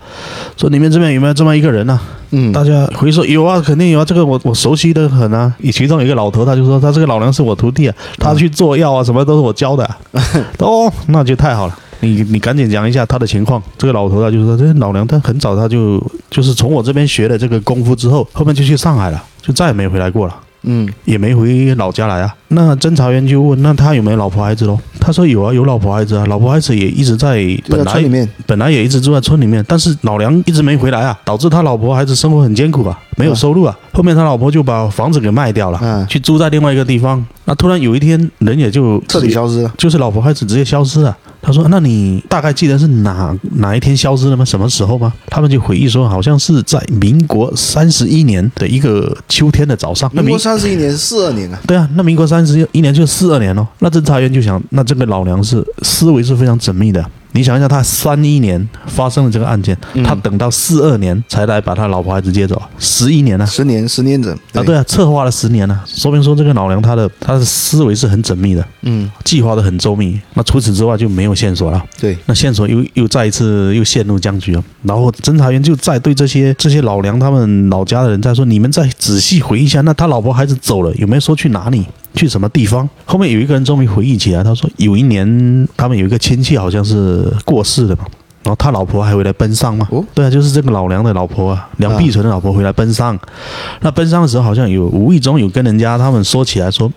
A: 说你们这边有没有这么一个人呐、
B: 嗯
A: 大家回说有啊，肯定有啊，这个我我熟悉的很啊。以其中有一个老头，他就说他这个老娘是我徒弟啊，他去做药啊，什么都是我教的啊、哦，那就太好了。你你赶紧讲一下他的情况。这个老头啊，就是说，这老娘他很早他就就是从我这边学了这个功夫之后，后面就去上海了，就再也没回来过了。
B: 嗯
A: 也没回老家来啊。那侦查员就问，那他有没有老婆孩子喽？他说有啊，有老婆孩子啊，老婆孩子也一直在
B: 就
A: 本
B: 在村里
A: 来
B: 面，
A: 本来也一直住在村里面，但是老梁一直没回来啊，导致他老婆孩子生活很艰苦啊，没有收入啊。后面他老婆就把房子给卖掉了，
B: 嗯，
A: 去租在另外一个地方。那突然有一天，人也就
B: 彻底消失了。
A: 就是老婆孩子直接消失了。啊他说：“那你大概记得是哪哪一天消失的吗？什么时候吗？”他们就回忆说，好像是在民国三十一年的一个秋天的早上。那
B: 民
A: 民
B: 国三十一年四二年啊，
A: 对啊，那民国三十一年就四二年咯。那侦查员就想，那这个老娘是思维是非常缜密的。你想一下，他三一年发生了这个案件，
B: 嗯
A: 他等到四二年才来把他老婆孩子接走，十一年呢、
B: 十年十年整
A: 啊，对，啊，策划了十年呢、说明说这个老娘她的她的思维是很缜密的，
B: 嗯
A: 计划的很周密。那除此之外就没有线索了。
B: 对，
A: 那线索又又再一次又陷入僵局了。然后侦查员就再对这些这些老梁他们老家的人在说：“你们再仔细回忆一下，那他老婆孩子走了，有没有说去哪里？”去什么地方？后面有一个人终于回忆起来，他说有一年他们有一个亲戚好像是过世了嘛，然后他老婆还回来奔丧嘛。
B: 哦
A: 对啊，就是这个老梁的老婆啊，梁碧纯的老婆回来奔丧。那奔丧的时候好像有无意中有跟人家他们说起来说，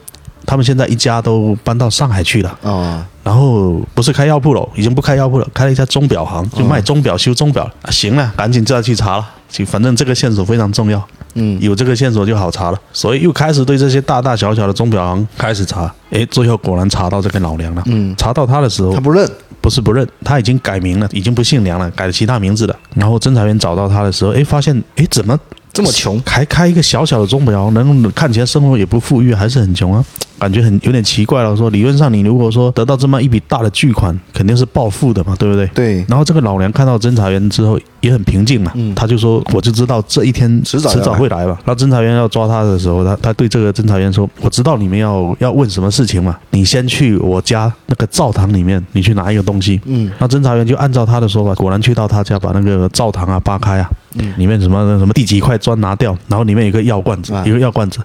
A: 他们现在一家都搬到上海去了。
B: 哦，
A: 然后不是开药铺了，已经不开药铺了，开了一家钟表行，就卖钟表、修钟表了、啊行了，赶紧就要去查了。就反正这个线索非常重要，
B: 嗯
A: 有这个线索就好查了，所以又开始对这些大大小小的钟表行开始查。诶，最后果然查到这个老梁了。
B: 嗯，
A: 查到他的时候
B: 他，不认，
A: 不是不认，他已经改名了，已经不姓梁了，改了其他名字了。然后侦查员找到他的时候，诶，发现诶怎么
B: 这么穷，
A: 还开一个小小的钟表，能看起来生活也不富裕，还是很穷啊，感觉很有点奇怪了。说理论上你如果说得到这么一笔大的巨款，肯定是暴富的嘛，对不对？
B: 对，
A: 然后这个老梁看到侦查员之后也很平静嘛，
B: 嗯
A: 他就说我就知道这一天
B: 迟早要来
A: 会来吧。那侦查员要抓他的时候，他他对这个侦查员说：“我知道你们要要问什么事情嘛，你先去我家那个灶堂里面，你去拿一个东西。”
B: 嗯
A: 那侦查员就按照他的说法，果然去到他家，把那个灶堂啊扒开啊，
B: 嗯
A: 里面什么什么第几块砖拿掉，然后里面有一个药罐子
B: 啊，
A: 有一个药罐子，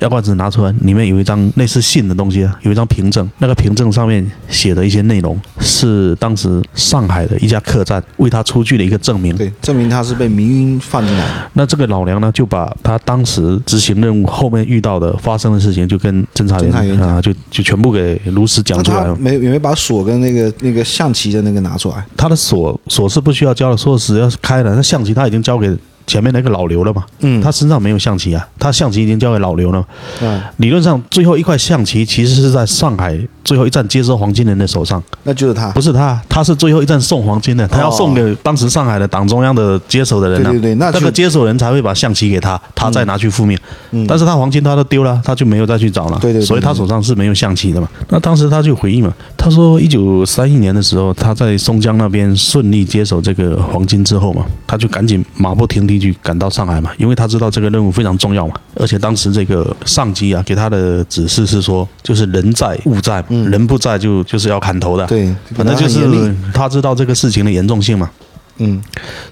A: 药罐子拿出来，里面有一张类似信的东西，啊，有一张凭证，那个凭证上面写的一些内容是当时上海的一家客栈为他出具的一个证明。
B: 对，证明他是被民运放进来的，
A: 那这个老梁呢，就把他当时执行任务后面遇到的发生的事情，就跟侦查员
B: 侦查员讲
A: 啊，就就全部给如实讲
B: 那
A: 出来
B: 他
A: 了。
B: 没有有没有把锁跟那个那个象棋的那个拿出来？
A: 他的锁锁是不需要交的，锁匙要是开了，那象棋他已经交给前面那个老刘了嘛，
B: 嗯
A: 他身上没有象棋啊，他象棋已经交给老刘了。
B: 嗯，
A: 理论上，最后一块象棋其实是在上海最后一站接收黄金人的手上，
B: 那就是他
A: 不，是他，他是最后一站送黄金的，他要送给当时上海的党中央的接手的人啊。
B: 对对对那就
A: 这个接手人才会把象棋给他，他再拿去复命。
B: 嗯
A: 但是他黄金他都丢了，他就没有再去找了。
B: 对对对
A: 所以他手上是没有象棋的嘛。那当时他就回忆嘛，他说一九三一年的时候，他在松江那边顺利接手这个黄金之后嘛，他就赶紧马不停蹄去赶到上海嘛，因为他知道这个任务非常重要嘛。而且当时这个上级啊给他的指示是说，就是人在物在嘛，
B: 嗯
A: 人不在就就是要砍头 的。
B: 对，
A: 反正就
B: 很严
A: 是
B: 厉
A: 他知道这个事情的严重性嘛，
B: 嗯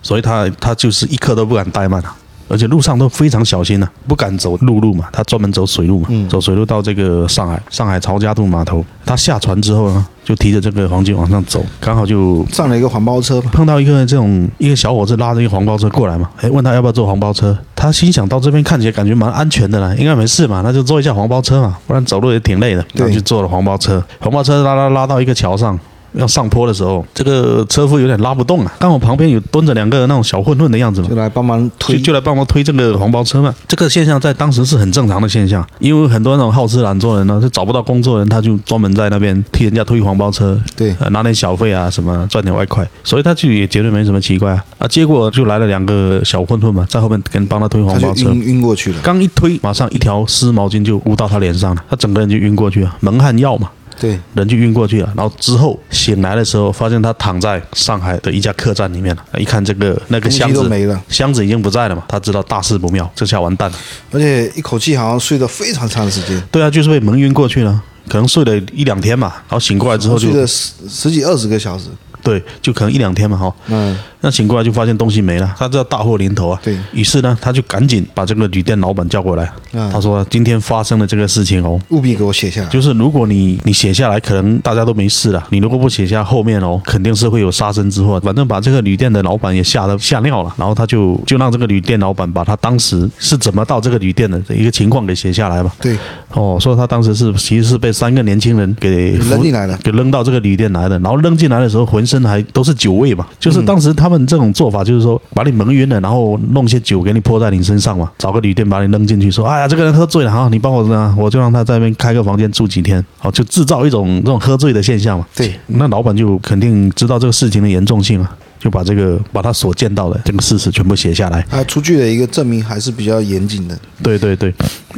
A: 所以他他就是一刻都不敢怠慢啊，而且路上都非常小心啊，不敢走陆路嘛，他专门走水路嘛，
B: 嗯
A: 走水路到这个上海上海曹家渡码头，他下船之后呢，就提着这个黄金往上走，刚好就
B: 上了一个黄包车吧，
A: 碰到一个这种一个小伙子拉着一个黄包车过来嘛，哎，问他要不要坐黄包车，他心想到这边看起来感觉蛮安全的啦，应该没事嘛，那就坐一下黄包车嘛，不然走路也挺累的，
B: 对
A: 然后就坐了黄包车，黄包车拉拉拉到一个桥上。要上坡的时候，这个车夫有点拉不动啊，刚好旁边有蹲着两个那种小混混的样子嘛
B: 就，来帮忙推
A: 就，就来帮忙推这个黄包车嘛。这个现象在当时是很正常的现象，因为很多那种好吃懒做的人呢，就找不到工作的人，他就专门在那边替人家推黄包车，
B: 对
A: 呃拿点小费啊什么，赚点外快，所以他就也觉得没什么奇怪啊。啊，结果就来了两个小混混嘛，在后面跟帮他推黄
B: 他
A: 包
B: 就
A: 车
B: 晕。晕过去了，
A: 刚一推，马上一条湿毛巾就捂到他脸上了，他整个人就晕过去了，蒙汗药嘛。
B: 对，
A: 人就运过去了。然后之后醒来的时候，发现他躺在上海的一家客栈里面了。一看这个那个
B: 东西
A: 箱
B: 都
A: 子
B: 没了
A: 箱子已经不在了嘛，他知道大事不妙，这下完蛋了。
B: 而且一口气好像睡得非常长时间，
A: 对啊，就是被蒙晕过去了，可能睡了一两天嘛，然后醒过来之后
B: 我
A: 哦就
B: 睡了十十几二十个小时。
A: 对，就可能一两天嘛哈。
B: 嗯，
A: 那醒过来就发现东西没了，他知道大祸临头啊。
B: 对
A: 于是呢，他就赶紧把这个旅店老板叫过来，
B: 嗯
A: 他说今天发生了这个事情哦。
B: 务必给我写下来。
A: 就是如果你你写下来，可能大家都没事了。你如果不写下，后面哦，肯定是会有杀身之祸。反正把这个旅店的老板也吓得吓尿了，然后他就就让这个旅店老板把他当时是怎么到这个旅店的一个情况给写下来吧。
B: 对，
A: 哦，说他当时是其实是被三个年轻人给扶
B: 扔进来的
A: 给扔到这个旅店来的。然后扔进来的时候，浑身还都是酒味嘛，就是
B: 嗯
A: 当时他们这种做法，就是说把你蒙晕了，然后弄些酒给你泼在你身上嘛，找个旅店把你扔进去，说哎呀这个人喝醉了哈，你帮我呢，我就让他在那边开个房间住几天，哦，就制造一种这种喝醉的现象嘛。
B: 对，
A: 那老板就肯定知道这个事情的严重性啊。就把这个把他所见到的这个事实全部写下来，
B: 他出具的一个证明还是比较严谨的。
A: 对对对，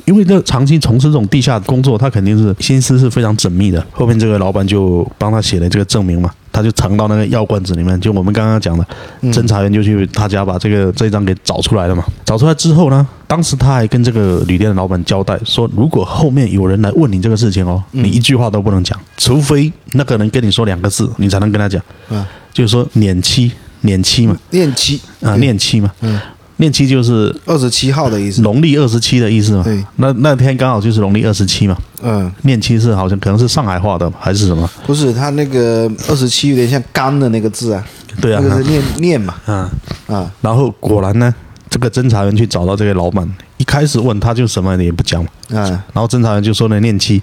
A: 因为这长期从事这种地下工作，他肯定是心思是非常缜密的。后面这个老板就帮他写了这个证明嘛，他就藏到那个药罐子里面。就我们刚刚讲的，侦查员就去他家把这个这一张给找出来了嘛。找出来之后呢，当时他还跟这个旅店的老板交代说，如果后面有人来问你这个事情哦，你一句话都不能讲，除非那个人跟你说两个字，你才能跟他讲，
B: 啊，
A: 就是说撵妻，撵妻嘛，
B: 练七
A: 啊，撵妻嘛，
B: 嗯，
A: 撵妻就是
B: 二十七号的意思。
A: 农历二十七的意思嘛。
B: 对
A: 那那天刚好就是农历二十七嘛。
B: 嗯，
A: 念七是好像可能是上海话的还是什么？
B: 不是，他那个二十七有点像“干”的那个字啊，
A: 对啊
B: 那，个是念念嘛，
A: 嗯，
B: 啊，
A: 然后果然呢，这个侦查员去找到这个老板，一开始问他就什么也不讲嘛，
B: 啊，
A: 然后侦查员就说呢念七，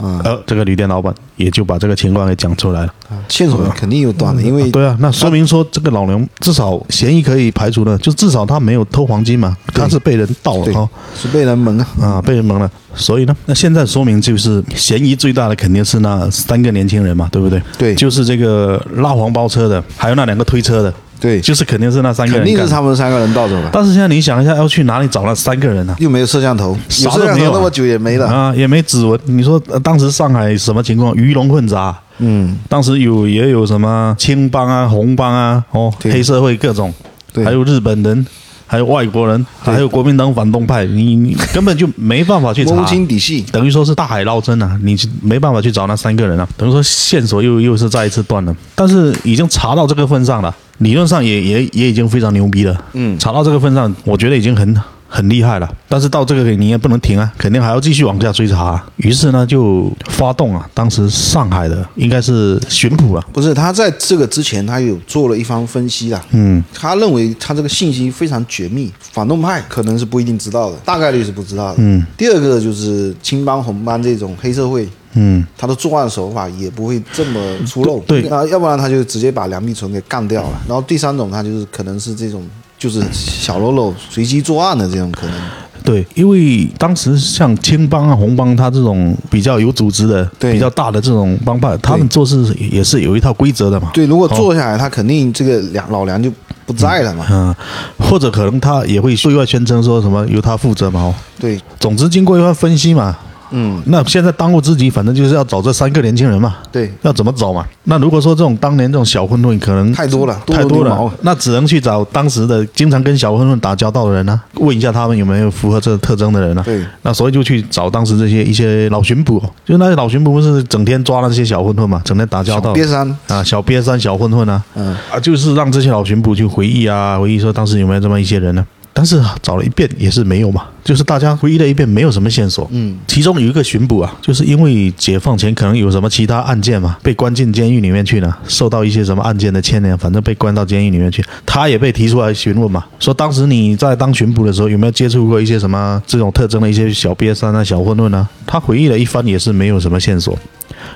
B: 嗯
A: 呃，这个旅店老板也就把这个情况给讲出来了。
B: 线索肯定有断的，因为
A: 嗯对啊，那说明说这个老梁至少嫌疑可以排除了，就至少他没有偷黄金嘛，他是被人盗了
B: 对
A: 哈。
B: 是被人蒙啊，
A: 啊，被人蒙了，所以呢，那现在说明就是嫌疑最大的肯定是那三个年轻人嘛，对不对？
B: 对
A: 就是这个拉黄包车的，还有那两个推车的，
B: 对，
A: 就是肯定是那三个
B: 肯
A: 人
B: 定
A: 干
B: 是
A: 的。
B: 他们三个人盗走了，
A: 但是现在你想一下，要去哪里找那三个人呢、
B: 又没有摄像头，
A: 啥
B: 有
A: 都
B: 摄像
A: 没有
B: 头
A: 啊
B: 那么久也没
A: 啊？
B: 了，
A: 也没指纹。你说、呃当时上海什么情况？鱼龙混杂，啊
B: 嗯，
A: 当时有也有什么青帮啊、红帮啊，哦，
B: 对
A: 黑社会各种，
B: 对
A: 还有日本人，还有外国人，还有国民党反动派，你你根本就没办法去查。
B: 嗯摸不清底细，
A: 等于说是大海捞针啊，你没办法去找那三个人啊，等于说线索又又是再一次断了。但是已经查到这个份上了，理论上也也也已经非常牛逼了。嗯，查到这个份上，我觉得已经很很厉害了。但是到这个你也不能停啊，肯定还要继续往下追查啊、于是呢，就发动啊，当时上海的应该是巡捕啊，
B: 不是他在这个之前，他有做了一番分析啦。嗯，他认为他这个信息非常绝密，反动派可能是不一定知道的，大概率是不知道的。嗯，第二个就是青帮红帮这种黑社会。嗯，他的作案手法也不会这么粗陋，
A: 对对
B: 那要不然他就直接把梁碧纯给干掉了。然后第三种，他就是可能是这种，就是小喽啰随机作案的这种可能。
A: 对，因为当时像青帮啊、红帮，他这种比较有组织的、
B: 对
A: 比较大的这种帮派，他们做事也是有一套规则的嘛。
B: 对，如果做下来，他肯定这个梁老梁就不在了嘛。
A: 嗯，或者可能他也会对外宣称说什么由他负责嘛。哦，
B: 对，
A: 总之经过一番分析嘛，
B: 嗯，
A: 那现在当务之急，反正就是要找这三个年轻人嘛。
B: 对，
A: 要怎么找嘛？那如果说这种当年这种小混混可能
B: 太多了，
A: 太
B: 多
A: 多
B: 如牛毛
A: 了，那只能去找当时的经常跟小混混打交道的人啊，问一下他们有没有符合这个特征的人啊。
B: 对，
A: 那所以就去找当时这些一些老巡捕，哦就那些老巡捕不是整天抓那些小混混嘛，整天打交道。
B: 瘪三，
A: 啊，小瘪三、小混混啊，
B: 嗯
A: 啊，就是让这些老巡捕去回忆啊，回忆说当时有没有这么一些人呢、但是啊找了一遍也是没有嘛，就是大家回忆了一遍，没有什么线索。嗯，其中有一个巡捕啊，就是因为解放前可能有什么其他案件嘛，被关进监狱里面去呢，受到一些什么案件的牵连，反正被关到监狱里面去，他也被提出来询问嘛，说当时你在当巡捕的时候有没有接触过一些什么这种特征的一些小瘪三啊、小混混啊？他回忆了一番，也是没有什么线索。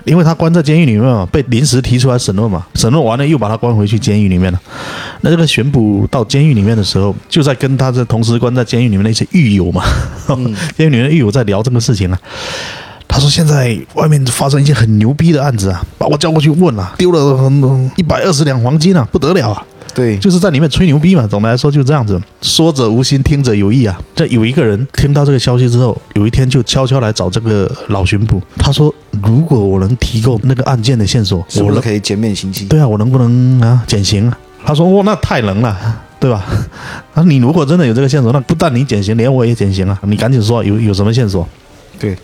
A: 因为他关在监狱里面嘛，被临时提出来审问嘛，审问完了又把他关回去监狱里面了。那这个巡捕到监狱里面的时候，就在跟他这同时关在监狱里面的一些狱友嘛， 监狱里面的狱友在聊这个事情啊。他说：“现在外面发生一件很牛逼的案子啊，把我叫过去问了、丢了一百二十两黄金啊，不得了啊！
B: 对，
A: 就是在里面吹牛逼嘛。总的来说就这样子，说者无心，听者有意啊。这有一个人听到这个消息之后，有一天就悄悄来找这个老巡捕，他说：“如果我能提供那个案件的线索，
B: 是
A: 我
B: 不是
A: 能
B: 可以减免刑期？
A: 对啊，我能不能啊减刑啊？”他说：“哦，那太能了。”对吧？啊，你如果真的有这个线索，那不但你减刑，连我也减刑啊！你赶紧说有有什么线索？
B: 对，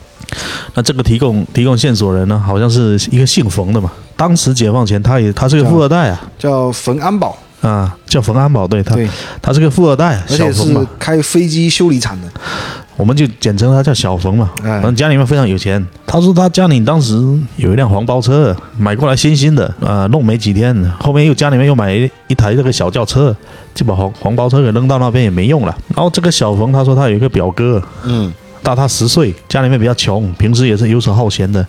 A: 那这个提供提供线索人呢，好像是一个姓冯的嘛。当时解放前，他也他是个富二代啊，
B: 叫冯安保，
A: 啊，叫冯安保，对他，
B: 对，
A: 他是个富二代啊，
B: 而
A: 小
B: 且
A: 冯
B: 是
A: 嘛，
B: 开飞机修理厂的，
A: 我们就简称他叫小冯嘛。
B: 哎
A: 然后家里面非常有钱，他说他家里当时有一辆黄包车，买过来新新的，呃，弄没几天，后面又家里面又买一一台这个小轿车，就把黄黄包车给扔到那边也没用了。然后这个小冯他说他有一个表哥，
B: 嗯，
A: 大他十岁，家里面比较穷，平时也是游手好闲的，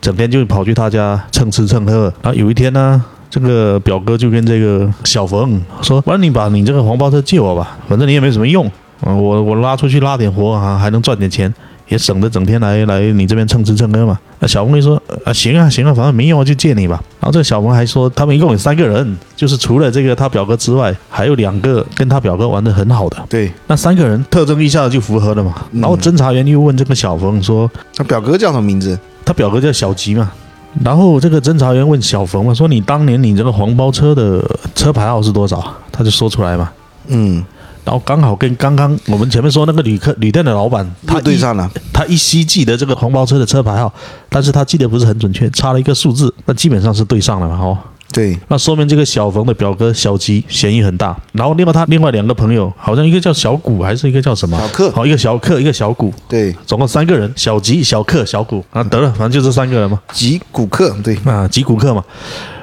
A: 整天就跑去他家蹭吃蹭喝。然后有一天呢，这个表哥就跟这个小冯说：“不然你把你这个黄包车借我吧，反正你也没什么用，嗯，我我拉出去拉点活啊，还能赚点钱。”也省得整天来来你这边蹭吃蹭喝嘛。那小冯就说：“啊，行啊，行啊，反正没用啊，就借你吧。”然后这个小冯还说，他们一共有三个人，就是除了这个他表哥之外，还有两个跟他表哥玩的很好的。
B: 对，
A: 那三个人特征一下就符合了嘛。
B: 嗯
A: 然后侦查员又问这个小冯说，
B: 他表哥叫什么名字？
A: 他表哥叫小吉嘛。然后这个侦查员问小冯嘛，说你当年你这个黄包车的车牌号是多少？他就说出来嘛。
B: 嗯，
A: 然后刚好跟刚刚我们前面说那个旅客旅店的老板，他
B: 他对
A: 一
B: 上了，
A: 他依稀记得这个黄包车的车牌号，但是他记得不是很准确，差了一个数字，那基本上是对上了嘛，哦。
B: 对，
A: 那说明这个小冯的表哥小吉嫌疑很大。然后另外他另外两个朋友，好像一个叫小谷，还是一个叫什么？
B: 小克
A: 好，一个小克，一个小谷，
B: 对，
A: 总共三个人，小吉、小克、小谷啊，得了，反正就这三个人嘛，
B: 吉古克，对，
A: 啊，吉谷克嘛。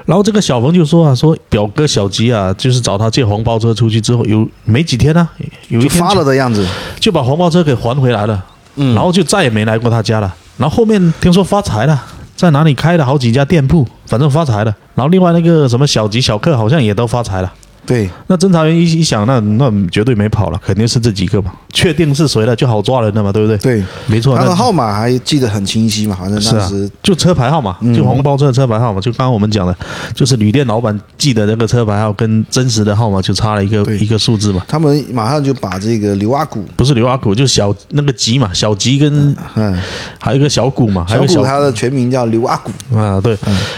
A: 然后这个小冯就说啊，说表哥小吉啊，就是找他借黄包车出去之后，有没几天呢、啊有一
B: 就
A: 天
B: 发了的样子，
A: 就把黄包车给还回来了，
B: 嗯
A: 然后就再也没来过他家了。然后后面听说发财了，在哪里开了好几家店铺，反正发财了。然后另外那个什么小吉、小克好像也都发财了。
B: 对，
A: 那侦查员一一想，那那绝对没跑了，肯定是这几个嘛，确定是谁了就好抓人了嘛，对不对？，
B: 对，
A: 没错。
B: 他
A: 那
B: 的号码还记得很清晰嘛，反正
A: 是
B: 当
A: 啊
B: 时，
A: 就车牌号嘛，就黄包车的车牌号嘛，就刚刚我们讲的，就是旅店老板记得那个车牌号跟真实的号码就差了一个
B: 对
A: 一个数字嘛，
B: 他们马上就把这个刘阿古，
A: 不是刘阿古就小那个吉嘛，小吉跟
B: 嗯，
A: 还有一个小谷嘛，还
B: 小
A: 有一个
B: 古他的全名叫刘阿古，
A: 啊，对，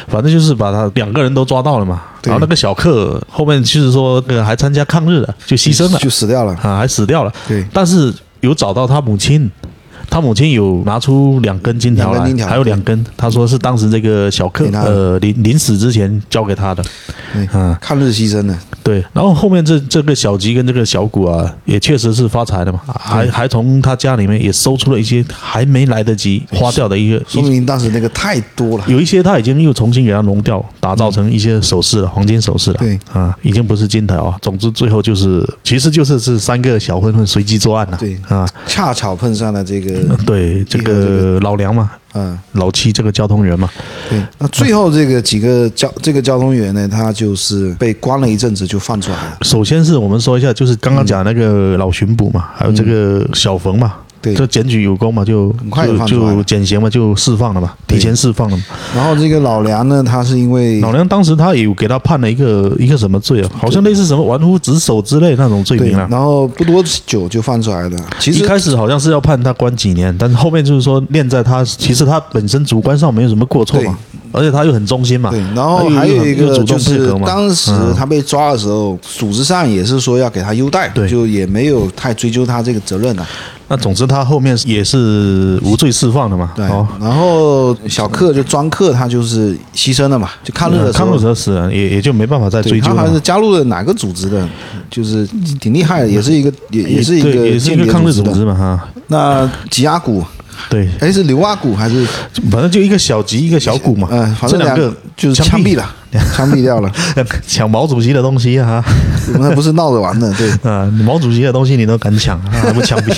A: 反正就是把他两个人都抓到了嘛。
B: 对
A: 然后那个小克后面就是说，呃，还参加抗日了，就牺牲了
B: 就死掉了，
A: 啊，还死掉了。
B: 对，
A: 但是有找到他母亲，他母亲有拿出两根金条
B: 两
A: 来
B: 根金，条
A: 还有两根，他说是当时这个小克
B: 给他的
A: 呃临临死之前交给他的。
B: 对
A: 啊，
B: 抗日牺牲了，
A: 对，然后后面这这个小吉跟这个小谷啊，也确实是发财了嘛，
B: 啊
A: 还还从他家里面也搜出了一些还没来得及花掉的一个
B: 说明当时那个太多了，
A: 有一些他已经又重新给它融掉，打造成一些首饰了，黄金首饰了。
B: 对
A: 啊，已经不是金条啊。总之最后就是，其实就是是三个小混混随机作案了。
B: 对
A: 啊，
B: 恰巧碰上了这个，
A: 嗯对这
B: 厉害这
A: 个老梁嘛，
B: 嗯。
A: 老七这个交通员嘛，
B: 对，那最后这个几个交这个交通员呢，他就是被关了一阵子就放出来了。
A: 首先是我们说一下，就是刚刚讲那个老巡捕嘛，还有这个小冯嘛。
B: 嗯对
A: 这检举有功嘛，就
B: 很快就
A: 就
B: 放出来了
A: 就减刑嘛，就释放了嘛，
B: 对
A: 提前释放了嘛。
B: 然后这个老梁呢，他是因为
A: 老梁当时他也有给他判了一个一个什么罪啊，好像类似什么玩忽职守之类那种罪
B: 对，
A: 名啊
B: 然。后不多久就放出来的。其
A: 一
B: 实
A: 开始好像是要判他关几年，但是后面就是说念在他，其实他本身主观上没有什么过错嘛，而且他又很忠心嘛。
B: 对，然后
A: 他
B: 还
A: 又
B: 有一
A: 又
B: 个
A: 主
B: 就
A: 动配
B: 是
A: 合嘛。嗯
B: 当时他被抓的时候，组织上也是说要给他优待，
A: 对
B: 就也没有太追究他这个责任了。
A: 那总之他后面也是无罪释放的嘛。
B: 对
A: 哦，，
B: 然后小克就庄克他就是牺牲了嘛，就抗日的时
A: 嗯康
B: 候
A: 鲁。泽死了，也也就没办法再
B: 对
A: 追究
B: 他
A: 了
B: 好像
A: 嘛
B: 是。加入了哪个组织的，就是挺厉害的，也是一个也也是一
A: 对
B: 个
A: 嗯也是
B: 间
A: 一个
B: 谍
A: 抗日
B: 织
A: 组
B: 的
A: 织。嘛哈。
B: 那吉阿古，
A: 对，
B: 哎，是刘阿古还是？
A: 反正就一个小吉一个小谷嘛，
B: 呃，反
A: 这
B: 正
A: 两
B: 两
A: 个
B: 就是枪
A: 毙
B: 毙，了， 枪毙掉了。
A: 抢毛主席的东西啊。
B: 那不是闹着玩的，对
A: 啊，毛主席的东西你都敢抢，啊还不枪 毙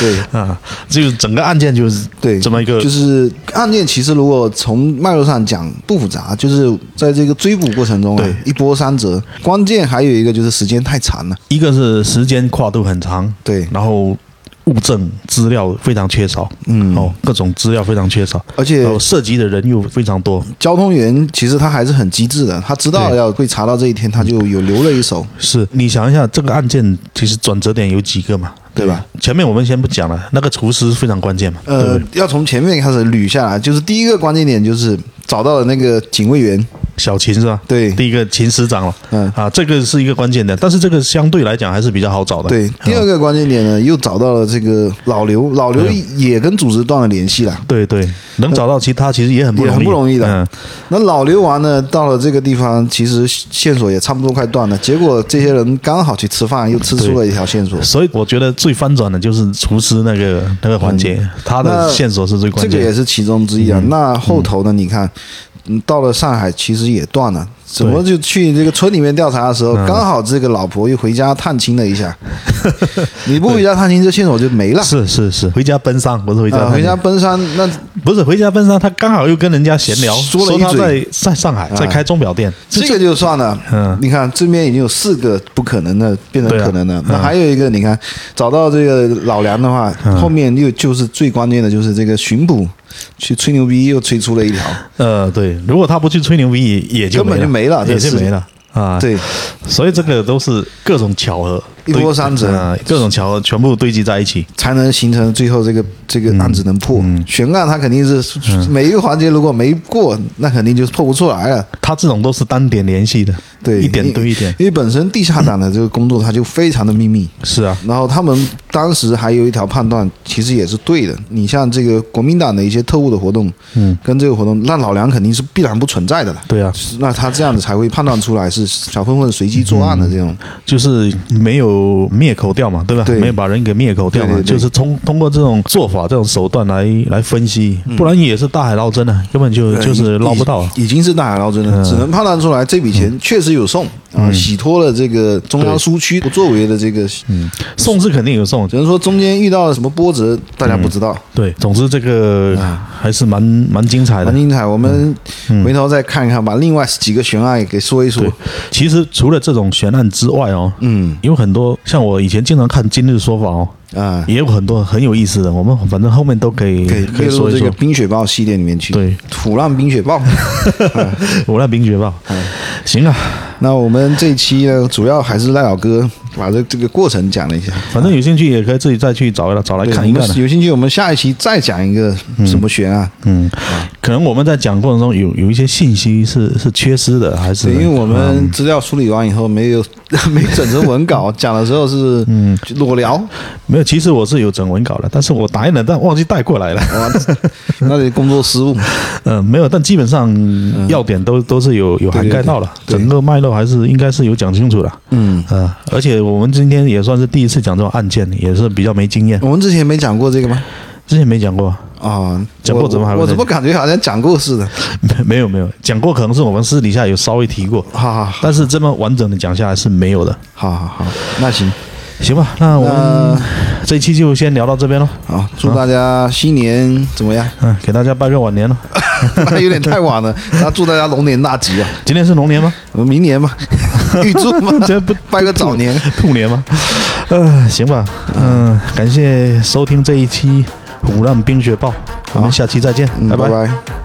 B: 对
A: 啊？就是整个案件就是
B: 对，
A: 这么一个
B: 就是案件。其实如果从脉络上讲不复杂，就是在这个追捕过程中啊
A: 对，
B: 一波三折。关键还有一个就是时间太长了，
A: 一个是时间跨度很长，
B: 对
A: 然后物证资料非常缺少，嗯，哦，各种资料非常缺少，
B: 而且
A: 然后涉及的人又非常多，
B: 交通员其实他还是很机智的，他知道
A: 对
B: 要会查到这一天，他就有留了一手，
A: 是你想一下，这个案件其实转折点有几个嘛？
B: 对吧？
A: 前面我们先不讲了，那个厨师非常关键嘛，对
B: 呃
A: 不对，
B: 要从前面开始捋下来，就是第一个关键点就是找到了那个警卫员，
A: 小秦是吧？
B: 对
A: 第一个秦师长了，
B: 嗯
A: 啊，这个是一个关键点，但是这个相对来讲还是比较好找的。嗯
B: 对。第二个关键点呢，又找到了这个老刘，老刘也跟组织断了联系了。
A: 对对，能找到其他其实也很不
B: 也
A: 容易，
B: 呃很不容易的
A: 嗯，
B: 那老刘完呢，到了这个地方，其实线索也差不多快断了。结果这些人刚好去吃饭，又吃出了一条线索。
A: 所以我觉得最翻转的就是厨师那个那个环节，他的
B: 嗯那
A: 线索是最关
B: 这个
A: 键
B: 也
A: 的。嗯
B: 是其中之一啊。那后头呢？你看，嗯到了上海其实也断了。怎么就去这个村里面调查的时候，刚好这个老婆又回家探亲了一 下。你不回家探亲，这线索就没了。
A: 是是是，回家奔丧不是回家、
B: 啊，回家奔山，那
A: 不是回家奔丧，他刚好又跟人家闲聊，
B: 说
A: 说
B: 了一
A: 他在
B: 嘴啊
A: 在上海在开钟表店，
B: 这个就算了。
A: 嗯
B: 你看这边已经有四个不可能的变成
A: 对啊
B: 可能的，那
A: 嗯
B: 还有一个，你看找到这个老梁的话，
A: 嗯
B: 后面又就是最关键的就是这个巡捕去吹牛逼，又吹出了一条，
A: 呃，对，如果他不去吹牛逼，也也就
B: 根本就没了这
A: 也
B: 个事
A: 就
B: 情
A: 没了啊。，
B: 对，
A: 所以这个都是各种巧合，
B: 一波三折
A: 啊，各种巧合全部堆积在一起。
B: 才能形成最后这个这个案
A: 嗯
B: 子能破。悬案它肯定是每一个环节如果没过，那肯定就是破不出来了。
A: 他这种都是单点联系的，
B: 对，
A: 一点堆一点。
B: 因为本身地下党的这个工作它就非常的秘密，
A: 是啊，
B: 然后他们当时还有一条判断，其实也是对的。你像这个国民党的一些特务的活动，
A: 嗯，
B: 跟这个活动，那老梁肯定是必然不存在的了。
A: 对啊，
B: 那他这样子才会判断出来是小混混随机作案的这种，
A: 就是没有灭口掉嘛，对吧？
B: 对
A: 没有把人给灭口掉嘛，
B: 对对对
A: 就是通通过这种做法、这种手段来来分析，
B: 嗯
A: 不然也是大海捞针啊，根本就
B: 呃
A: 就是捞不到嗯啊。
B: 已已经是大海捞针了，只能判断出来这笔钱确实有送啊，
A: 嗯
B: 洗脱了这个中央苏区不作为的这个，
A: 嗯
B: 只
A: 送是肯定有送，
B: 能说中间遇到了什么波折，大
A: 嗯
B: 家不知道。
A: 对，总之这个
B: 啊
A: 还是蛮蛮精彩
B: 蛮
A: 的。
B: 精彩，我们回头再看一看，把另外几个悬案也给说一说
A: 嗯对。，其实除了这种悬案之外哦，
B: 嗯
A: 有很多像我以前经常看《今日说法》哦，
B: 啊，
A: 也有很多很有意思的，我们反正后面都可以
B: 可以
A: 可
B: 列
A: 以
B: 入
A: 说一
B: 这
A: 说
B: 个。冰雪豹系列里面去。
A: 对，
B: 土浪冰 雪豹。
A: 我那冰雪吧，
B: 嗯
A: 行啊，
B: 那我们这一期呢，主要还是赖老哥把这这个过程讲了一下。
A: 反正有兴趣也可以自己再去找一找来
B: 对
A: 看一看
B: 我
A: 啊
B: 们。有兴趣，我们下一期再讲一个什么悬案。
A: 嗯，
B: 啊
A: 可能我们在讲过程中有有一些信息是是缺失的，还是
B: 对，因为我们
A: 嗯
B: 资料梳理完以后，没有 没整成文稿， 讲的时候是嗯裸聊，
A: 没有？其实我是有整文稿的，但是我打印了，但忘记带过来了。
B: 哇，啊 那得工作失误。
A: 嗯，没有，但基本上要点都都是有有涵盖到了，
B: 嗯对对对
A: 整个脉络还是应该是有讲清楚的。
B: 嗯，
A: 嗯，而且我们今天也算是第一次讲这种案件，也是比较没经验，
B: 我们之前没讲过这个吗？
A: 之前没讲过，
B: 啊，
A: 讲过
B: 我
A: 怎么还会
B: 我
A: 再
B: 怎么感觉好像讲过似的？
A: 没没有没有讲过，可能是我们私底下有稍微提过，
B: 好好好
A: 但是这么完整的讲下来是没有的。
B: 好好好，那行，
A: 行吧，那我
B: 那
A: 们这一期就先聊到这边喽。
B: 好，祝大家新年怎么样？
A: 嗯，给大家拜个晚年了。
B: 那有点太晚了。 那祝大家龙年大吉啊！
A: 今天是龙年 吗？
B: 我们明年嘛，预祝 嘛，
A: 这不
B: 拜个早年。
A: 兔年吗？呃，行吧，嗯、感谢收听这一期《虎浪冰雪暴》，我们下期再见，
B: 嗯，
A: 拜
B: 拜拜